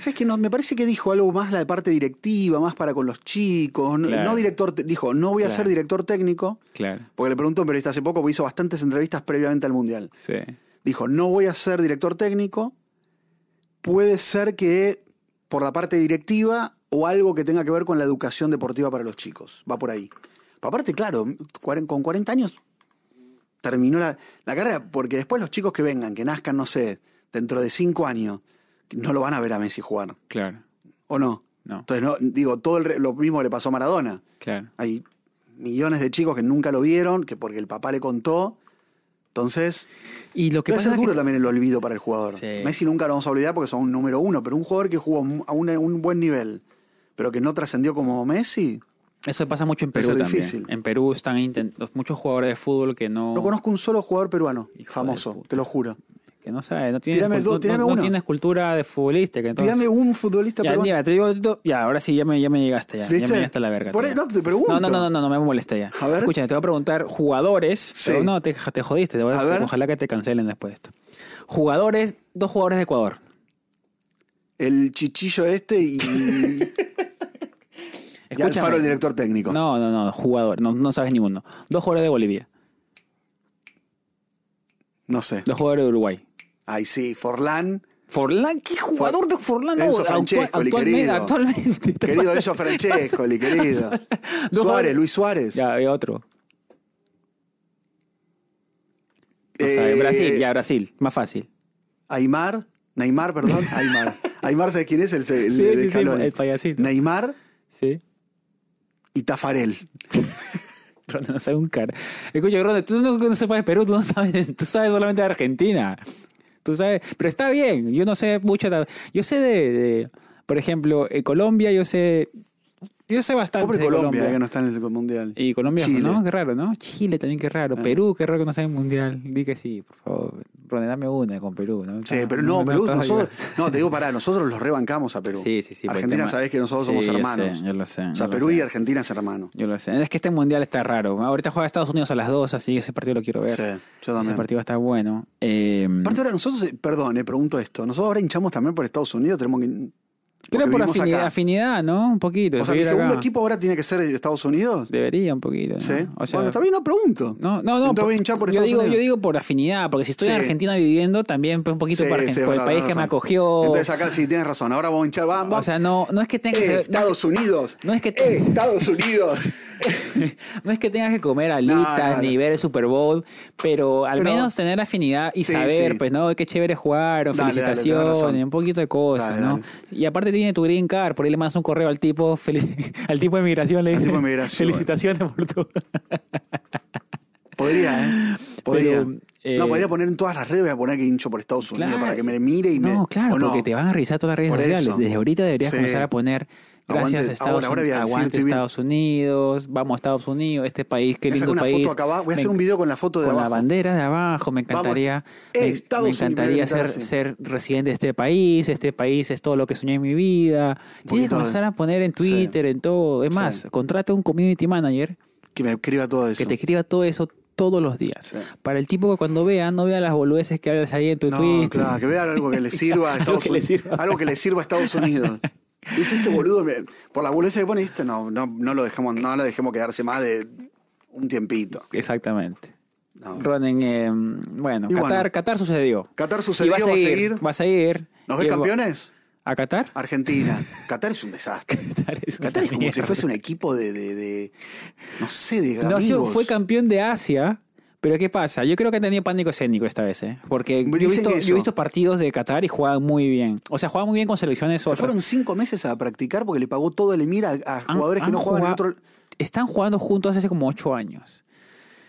Speaker 1: ¿Sabes que no, me parece que dijo algo más la parte directiva, más para con los chicos. No,
Speaker 2: Claro.
Speaker 1: no director, te- dijo, no voy a
Speaker 2: Claro.
Speaker 1: ser director técnico,
Speaker 2: claro,
Speaker 1: porque le preguntó a un periodista hace poco, porque hizo bastantes entrevistas previamente al Mundial.
Speaker 2: sí.
Speaker 1: Dijo, no voy a ser director técnico, puede ser que por la parte directiva o algo que tenga que ver con la educación deportiva para los chicos. Va por ahí. Pero aparte, claro, cuaren- con 40 años terminó la, la carrera, porque después los chicos que vengan, que nazcan, no sé, dentro de 5 años, no lo van a ver a Messi jugar.
Speaker 2: Claro,
Speaker 1: ¿O no?
Speaker 2: No.
Speaker 1: Entonces, no, digo, todo el re- lo mismo le pasó a Maradona.
Speaker 2: claro.
Speaker 1: Hay millones de chicos que nunca lo vieron, que porque el papá le contó. Entonces,
Speaker 2: Y lo que
Speaker 1: debe
Speaker 2: pasa
Speaker 1: ser
Speaker 2: es
Speaker 1: duro
Speaker 2: que-
Speaker 1: también el olvido para el jugador.
Speaker 2: Sí.
Speaker 1: Messi nunca lo vamos a olvidar porque son un número uno, pero un jugador que jugó mu- a un, un buen nivel, pero que no trascendió como Messi.
Speaker 2: Eso pasa mucho en
Speaker 1: Debe
Speaker 2: Perú
Speaker 1: ser
Speaker 2: también.
Speaker 1: difícil.
Speaker 2: En Perú están intent- los- muchos jugadores de fútbol que no,
Speaker 1: No conozco un solo jugador peruano
Speaker 2: Hijo de
Speaker 1: famoso,
Speaker 2: puta.
Speaker 1: te lo juro.
Speaker 2: que no saben, no tienes,
Speaker 1: Tirame
Speaker 2: cultu-
Speaker 1: dos,
Speaker 2: no-
Speaker 1: tirame
Speaker 2: no
Speaker 1: uno.
Speaker 2: tienes cultura de futbolista. Que entonces-
Speaker 1: Dígame un futbolista
Speaker 2: ya,
Speaker 1: peruano.
Speaker 2: mira, te digo- te- ya, ahora sí, ya me, ya me llegaste ya. Ya
Speaker 1: ¿Viste?
Speaker 2: me llegaste a la verga.
Speaker 1: Por
Speaker 2: tú
Speaker 1: ahí-
Speaker 2: ya.
Speaker 1: no, te pregunto.
Speaker 2: No, no, no, no, no, no me molesta ya.
Speaker 1: A ver.
Speaker 2: Escúchame, te voy a preguntar jugadores.
Speaker 1: Sí.
Speaker 2: pero no, te, te jodiste. te voy a-
Speaker 1: A ver.
Speaker 2: Ojalá que te cancelen después de esto. Jugadores, dos jugadores de Ecuador.
Speaker 1: El chichillo este y, y
Speaker 2: Escúchame.
Speaker 1: Alfaro, el director técnico.
Speaker 2: No, no, no, jugador. No, no sabes ninguno. Dos jugadores de Bolivia.
Speaker 1: No sé.
Speaker 2: Dos jugadores de Uruguay.
Speaker 1: Ahí sí, Forlán.
Speaker 2: Forlán, ¿qué jugador de Forlán? No,
Speaker 1: Enzo
Speaker 2: actua-
Speaker 1: Francescoli,
Speaker 2: actualmente,
Speaker 1: querido.
Speaker 2: actualmente. te
Speaker 1: Querido
Speaker 2: pasa-
Speaker 1: Enzo Francescoli, querido.
Speaker 2: No,
Speaker 1: Suárez,
Speaker 2: no.
Speaker 1: Luis Suárez.
Speaker 2: Ya, hay otro. No sabe.
Speaker 1: Eh,
Speaker 2: Brasil, ya, Brasil. Más fácil.
Speaker 1: Aymar, Neymar, perdón, Aymar. Aymar, ¿sabes quién es? El, el,
Speaker 2: Sí,
Speaker 1: el
Speaker 2: sí, sí,
Speaker 1: Scaloni.
Speaker 2: el payasito.
Speaker 1: Neymar
Speaker 2: Sí.
Speaker 1: y Tafarel.
Speaker 2: Pero no sabe un cara. Escucha, Ronald, tú no, no sepas de Perú, tú no sabes, tú sabes solamente de Argentina. Tú sabes, pero está bien, yo no sé mucho. de- Yo sé de, de, por ejemplo, eh, Colombia, yo sé, yo sé bastante
Speaker 1: Pobre
Speaker 2: Ah, de
Speaker 1: Colombia, eh, que no está en el Mundial.
Speaker 2: Y Colombia,
Speaker 1: Chile. Ah.
Speaker 2: ¿no? Qué raro, ¿no? Chile también, qué raro. Perú, qué raro que no sea el mundial. Di que sí, por favor. Ronald, dame una con Perú, ah, ¿no?
Speaker 1: Sí, pero no, Perú,
Speaker 2: estás
Speaker 1: nosotros.
Speaker 2: ayudando.
Speaker 1: No, te digo, pará, nosotros los rebancamos a Perú.
Speaker 2: Sí, sí, sí. por el
Speaker 1: Argentina,
Speaker 2: tema-
Speaker 1: sabés que nosotros
Speaker 2: Sí,
Speaker 1: somos
Speaker 2: yo sé,
Speaker 1: hermanos.
Speaker 2: Yo lo sé.
Speaker 1: o
Speaker 2: yo
Speaker 1: sea,
Speaker 2: lo
Speaker 1: Perú
Speaker 2: sé.
Speaker 1: y Argentina es hermano.
Speaker 2: Yo lo sé. Es que este mundial está raro. Ahorita juega Estados Unidos a las 2, así que ese partido lo quiero ver.
Speaker 1: Sí, yo
Speaker 2: Ese
Speaker 1: también.
Speaker 2: partido está bueno. Eh,
Speaker 1: Aparte ahora nosotros, eh, perdón, eh, pregunto esto, nosotros ahora hinchamos también por Estados Unidos, tenemos que... porque
Speaker 2: creo por
Speaker 1: vivimos
Speaker 2: afinidad,
Speaker 1: acá.
Speaker 2: afinidad, ¿no? Un poquito. de
Speaker 1: O sea, mi
Speaker 2: seguir
Speaker 1: segundo
Speaker 2: acá.
Speaker 1: equipo ahora tiene que ser Estados Unidos.
Speaker 2: Debería un poquito. ¿no?
Speaker 1: Sí.
Speaker 2: O sea,
Speaker 1: bueno, está bien, no pregunto.
Speaker 2: No, no, no.
Speaker 1: Entonces voy a
Speaker 2: por-
Speaker 1: hinchar por
Speaker 2: yo,
Speaker 1: Estados
Speaker 2: digo,
Speaker 1: Unidos.
Speaker 2: yo digo por afinidad, porque si estoy en
Speaker 1: Sí.
Speaker 2: Argentina viviendo, también pues, un poquito
Speaker 1: Sí,
Speaker 2: por, Argen-
Speaker 1: sí,
Speaker 2: por el
Speaker 1: verdad,
Speaker 2: país
Speaker 1: tenés
Speaker 2: que me
Speaker 1: razón.
Speaker 2: acogió. Ah,
Speaker 1: Entonces acá sí tienes razón, ahora vamos a hinchar, vamos.
Speaker 2: o sea, no, no es que tengas
Speaker 1: Eh,
Speaker 2: que, no,
Speaker 1: Estados Unidos.
Speaker 2: no es que te-
Speaker 1: Eh, Estados Unidos.
Speaker 2: no es que tengas que comer alitas
Speaker 1: No, no, no.
Speaker 2: ni ver el Super Bowl, pero al
Speaker 1: Pero-
Speaker 2: menos tener afinidad y
Speaker 1: Sí,
Speaker 2: saber,
Speaker 1: sí.
Speaker 2: pues, ¿no? Qué chévere jugaron,
Speaker 1: Dale, dale, tenés
Speaker 2: felicitaciones,
Speaker 1: razón.
Speaker 2: un poquito de cosas,
Speaker 1: Dale,
Speaker 2: ¿no?
Speaker 1: dale.
Speaker 2: Y aparte tiene tu green card, por ahí le mandas un correo al tipo, felici- al tipo de migración, le
Speaker 1: Al
Speaker 2: dices,
Speaker 1: tipo de migración.
Speaker 2: felicitaciones por tu...
Speaker 1: Podría, ¿eh? Podría.
Speaker 2: Pero, eh,
Speaker 1: no, podría poner en todas las redes, voy a poner que hincho por Estados Unidos
Speaker 2: Claro.
Speaker 1: para que me mire y me.
Speaker 2: No, claro,
Speaker 1: ¿o no?
Speaker 2: porque te van a revisar todas las redes
Speaker 1: Por
Speaker 2: sociales.
Speaker 1: eso.
Speaker 2: Desde ahorita deberías
Speaker 1: Sí.
Speaker 2: comenzar a poner gracias
Speaker 1: Aguante-
Speaker 2: a Estados
Speaker 1: ahora- ahora voy a
Speaker 2: Unidos,
Speaker 1: decir,
Speaker 2: aguante
Speaker 1: estoy bien.
Speaker 2: Estados Unidos, vamos a Estados Unidos, este país, qué
Speaker 1: Voy a sacar
Speaker 2: lindo
Speaker 1: una
Speaker 2: país.
Speaker 1: foto acá abajo, Voy a
Speaker 2: Me
Speaker 1: hacer un
Speaker 2: enc-
Speaker 1: video con la foto de
Speaker 2: con la
Speaker 1: abajo.
Speaker 2: bandera de abajo, me encantaría, me- me,
Speaker 1: Estados Unidos,
Speaker 2: encantaría
Speaker 1: voy a
Speaker 2: ser,
Speaker 1: gritar así.
Speaker 2: ser residente de este país, este país es todo lo que soñé en mi vida. Tienes que
Speaker 1: poquito de-
Speaker 2: comenzar a poner en
Speaker 1: Sí.
Speaker 2: Twitter, en todo. Es más, contrata un community manager
Speaker 1: Que me escriba todo eso.
Speaker 2: que te escriba todo eso todos los días.
Speaker 1: Sí.
Speaker 2: Para el tipo que cuando vea, no vea las boludeces que hablas ahí en tu
Speaker 1: no,
Speaker 2: Twitter.
Speaker 1: claro, que vea algo que le sirva a
Speaker 2: Algo
Speaker 1: Estados
Speaker 2: que le
Speaker 1: Unidos.
Speaker 2: sirva.
Speaker 1: Algo que le sirva a Estados Unidos. Dije, este boludo, me- por la boludez que pone esto, no, no, no lo dejemos, no lo dejemos quedarse más de un tiempito.
Speaker 2: Exactamente.
Speaker 1: No.
Speaker 2: Ronen, eh, bueno,
Speaker 1: Y
Speaker 2: Qatar,
Speaker 1: bueno.
Speaker 2: Qatar sucedió.
Speaker 1: Qatar
Speaker 2: Y
Speaker 1: sucedió,
Speaker 2: va a seguir. Va a seguir.
Speaker 1: ¿Nos ves
Speaker 2: Y va-
Speaker 1: campeones?
Speaker 2: ¿A Qatar?
Speaker 1: Argentina. Qatar es un desastre.
Speaker 2: Qatar es, una
Speaker 1: Qatar es como si
Speaker 2: mierda.
Speaker 1: fuese un equipo de, de- de- no sé, de
Speaker 2: No, ha sido-
Speaker 1: amigos.
Speaker 2: fue campeón de Asia. Pero ¿qué pasa? Yo creo que han tenido pánico escénico esta vez, ¿eh? Porque yo he,
Speaker 1: Dicen
Speaker 2: visto,
Speaker 1: eso.
Speaker 2: yo he visto partidos de Qatar y juegan muy bien. O sea, juegan muy bien con selecciones
Speaker 1: Se
Speaker 2: otras.
Speaker 1: fueron cinco meses a practicar porque le pagó todo el Emir a, a
Speaker 2: Han-
Speaker 1: jugadores que
Speaker 2: han
Speaker 1: no jugaban en
Speaker 2: jugado-
Speaker 1: otro...
Speaker 2: Están jugando juntos hace como ocho años.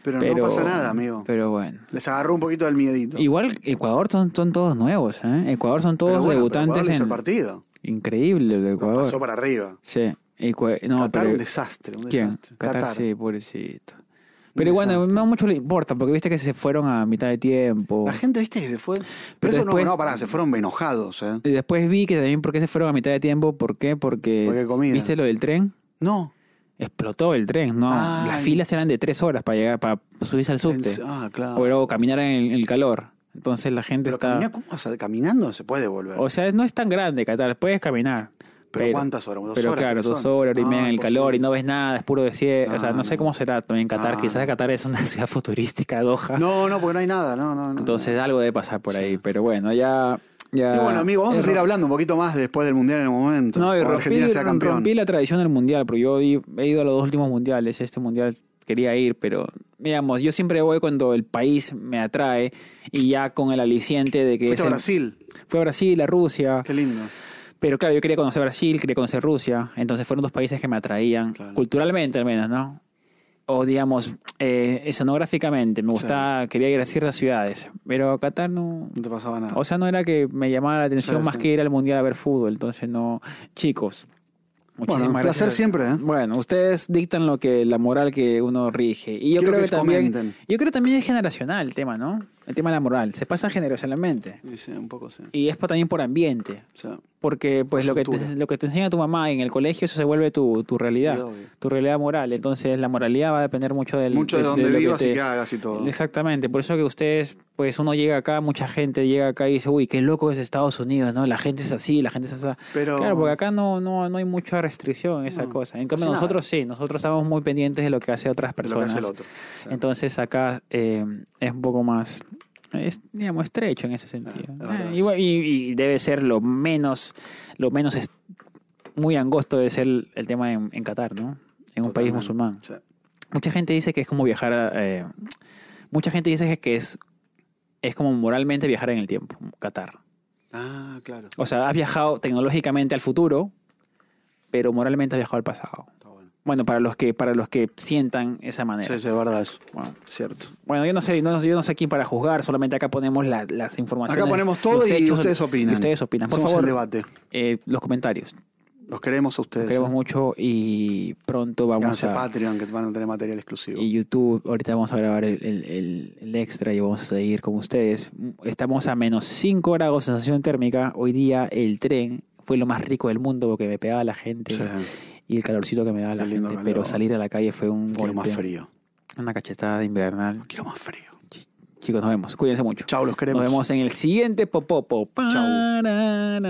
Speaker 1: Pero,
Speaker 2: Pero
Speaker 1: no pasa nada, amigo.
Speaker 2: Pero bueno.
Speaker 1: Les agarró un poquito del miedito.
Speaker 2: Igual Ecuador son, son todos nuevos, ¿eh? Ecuador son
Speaker 1: Pero
Speaker 2: todos
Speaker 1: bueno, pero Ecuador
Speaker 2: debutantes
Speaker 1: le hizo
Speaker 2: en...
Speaker 1: el partido.
Speaker 2: Increíble lo de
Speaker 1: Lo
Speaker 2: Ecuador.
Speaker 1: pasó para arriba.
Speaker 2: Sí. Ecua- No,
Speaker 1: Qatar
Speaker 2: pero-
Speaker 1: un desastre, un
Speaker 2: ¿Quién?
Speaker 1: desastre.
Speaker 2: Qatar, sí, pobrecito. Pero bueno,
Speaker 1: desastre.
Speaker 2: no mucho le importa, porque viste que se fueron a mitad de tiempo.
Speaker 1: La gente, viste, que se fue... Pero,
Speaker 2: Pero
Speaker 1: eso
Speaker 2: después-
Speaker 1: no, no, pará, se fueron enojados, ¿eh?
Speaker 2: Y después vi que también por qué se fueron a mitad de tiempo, ¿por qué? Porque,
Speaker 1: Porque comida.
Speaker 2: ¿viste lo del tren?
Speaker 1: No.
Speaker 2: explotó el tren, ¿no?
Speaker 1: Ay.
Speaker 2: Las filas eran de tres horas para llegar, para subirse al subte.
Speaker 1: En- ah, claro.
Speaker 2: Pero caminar en el, en el calor. Entonces la gente
Speaker 1: pero
Speaker 2: está...
Speaker 1: camina, ¿cómo? O sea, caminando se puede volver.
Speaker 2: O sea, es- no es tan grande Qatar, puedes caminar.
Speaker 1: Pero ¿cuántas horas? ¿Dos
Speaker 2: pero
Speaker 1: horas,
Speaker 2: claro,
Speaker 1: tres
Speaker 2: dos
Speaker 1: horas?
Speaker 2: horas, hora y media en
Speaker 1: Ah,
Speaker 2: el calor y
Speaker 1: imposible.
Speaker 2: no ves nada, es puro desierto. o sea,
Speaker 1: Ah,
Speaker 2: no, sé
Speaker 1: no.
Speaker 2: cómo será también Qatar.
Speaker 1: Ah.
Speaker 2: Quizás Qatar es una ciudad futurística, Doha.
Speaker 1: No, no, porque no hay nada, no, no, no.
Speaker 2: Entonces algo debe pasar por ahí. Pero bueno, ya... ya
Speaker 1: Y bueno, amigo, vamos a
Speaker 2: Es
Speaker 1: seguir hablando un poquito más después del Mundial en el momento.
Speaker 2: No, y
Speaker 1: Cuando
Speaker 2: rompí,
Speaker 1: Argentina sea campeón.
Speaker 2: rompí la tradición del mundial, porque yo i- he ido a los dos últimos mundiales, este mundial quería ir, pero digamos, yo siempre voy cuando el país me atrae y ya con el aliciente de que...
Speaker 1: Fuiste
Speaker 2: es
Speaker 1: a
Speaker 2: el-
Speaker 1: Brasil,
Speaker 2: Fui a Brasil, a Rusia,
Speaker 1: qué lindo.
Speaker 2: pero claro, yo quería conocer Brasil, quería conocer Rusia, entonces fueron dos países que me atraían,
Speaker 1: Claro.
Speaker 2: culturalmente al menos, ¿no? O digamos, eh, escenográficamente, me gustaba, quería ir a ciertas ciudades, pero a Qatar no...
Speaker 1: No te pasaba nada.
Speaker 2: O sea, no era que me llamara la atención
Speaker 1: Sí,
Speaker 2: más
Speaker 1: sí.
Speaker 2: que ir al mundial a ver fútbol. Entonces, no. Chicos, muchísimas
Speaker 1: bueno, un
Speaker 2: gracias.
Speaker 1: placer siempre, ¿eh?
Speaker 2: Bueno, ustedes dictan lo que la moral que uno rige. Y yo
Speaker 1: Quiero
Speaker 2: creo
Speaker 1: que
Speaker 2: que, también.
Speaker 1: comenten.
Speaker 2: Yo creo también es generacional el tema, ¿no? El tema de la moral. Se pasa generacionalmente.
Speaker 1: Y sí, un poco sí.
Speaker 2: Y es pa- también por ambiente.
Speaker 1: O sea,
Speaker 2: Porque pues lo que, te,
Speaker 1: Cultura.
Speaker 2: lo que te enseña tu mamá en el colegio, eso se vuelve tu, tu
Speaker 1: Sí,
Speaker 2: realidad,
Speaker 1: obvio.
Speaker 2: tu realidad moral. Entonces la moralidad va a depender mucho del...
Speaker 1: mucho de,
Speaker 2: de-
Speaker 1: donde
Speaker 2: de lo que
Speaker 1: vivas y
Speaker 2: te-
Speaker 1: qué hagas y todo.
Speaker 2: Exactamente, por eso que ustedes, pues uno llega acá, mucha gente llega acá y dice, uy, qué loco es Estados Unidos, ¿no? La gente es así, la gente es así.
Speaker 1: Pero
Speaker 2: Claro, porque acá no, no, no hay mucha restricción en esa
Speaker 1: No,
Speaker 2: cosa. En cambio,
Speaker 1: casi nada.
Speaker 2: nosotros sí, nosotros estamos muy pendientes de lo que hace otras
Speaker 1: lo que
Speaker 2: personas.
Speaker 1: hace el otro. O sea,
Speaker 2: Entonces acá eh, es un poco más, es, digamos, estrecho en ese sentido.
Speaker 1: Ah, la verdad
Speaker 2: Ah,
Speaker 1: es.
Speaker 2: igual- y, y debe ser lo menos, lo menos es- muy angosto debe ser el, el tema en, en Qatar, ¿no? En un país
Speaker 1: totalmente.
Speaker 2: musulmán.
Speaker 1: O sea,
Speaker 2: Mucha gente dice que es como viajar a, eh, mucha gente dice que es es como moralmente viajar en el tiempo, Qatar.
Speaker 1: Ah, claro.
Speaker 2: O sea, has viajado tecnológicamente al futuro, pero moralmente has viajado al pasado.
Speaker 1: Está bueno.
Speaker 2: Bueno, para los que para los que sientan esa manera.
Speaker 1: Sí, sí, es verdad eso.
Speaker 2: Bueno,
Speaker 1: Cierto.
Speaker 2: bueno, yo no sé, no- yo no sé quién para juzgar, solamente acá ponemos la- las informaciones.
Speaker 1: Acá ponemos todo
Speaker 2: los
Speaker 1: y
Speaker 2: hechos,
Speaker 1: ustedes opinan.
Speaker 2: y ustedes opinan. Por
Speaker 1: Somos el
Speaker 2: favor,
Speaker 1: debate.
Speaker 2: eh, los comentarios.
Speaker 1: Los queremos a ustedes.
Speaker 2: Los queremos
Speaker 1: ¿eh?
Speaker 2: mucho y pronto vamos
Speaker 1: Háganse
Speaker 2: a
Speaker 1: Patreon, que van a tener material exclusivo.
Speaker 2: y YouTube. Ahorita vamos a grabar el, el- el- el extra y vamos a seguir con ustedes. Estamos a menos 5 grados de sensación térmica. Hoy día el tren fue lo más rico del mundo porque me pegaba la gente
Speaker 1: O sea,
Speaker 2: y el calorcito que me daba la
Speaker 1: Qué
Speaker 2: gente.
Speaker 1: lindo
Speaker 2: Pero
Speaker 1: calor.
Speaker 2: salir a la calle fue un
Speaker 1: quiero más
Speaker 2: golpe,
Speaker 1: frío.
Speaker 2: una cachetada invernal.
Speaker 1: Quiero más frío.
Speaker 2: Chicos, nos vemos. Cuídense mucho.
Speaker 1: Chau, los queremos.
Speaker 2: Nos vemos en el siguiente popopo.
Speaker 1: Chau.
Speaker 2: Pararana.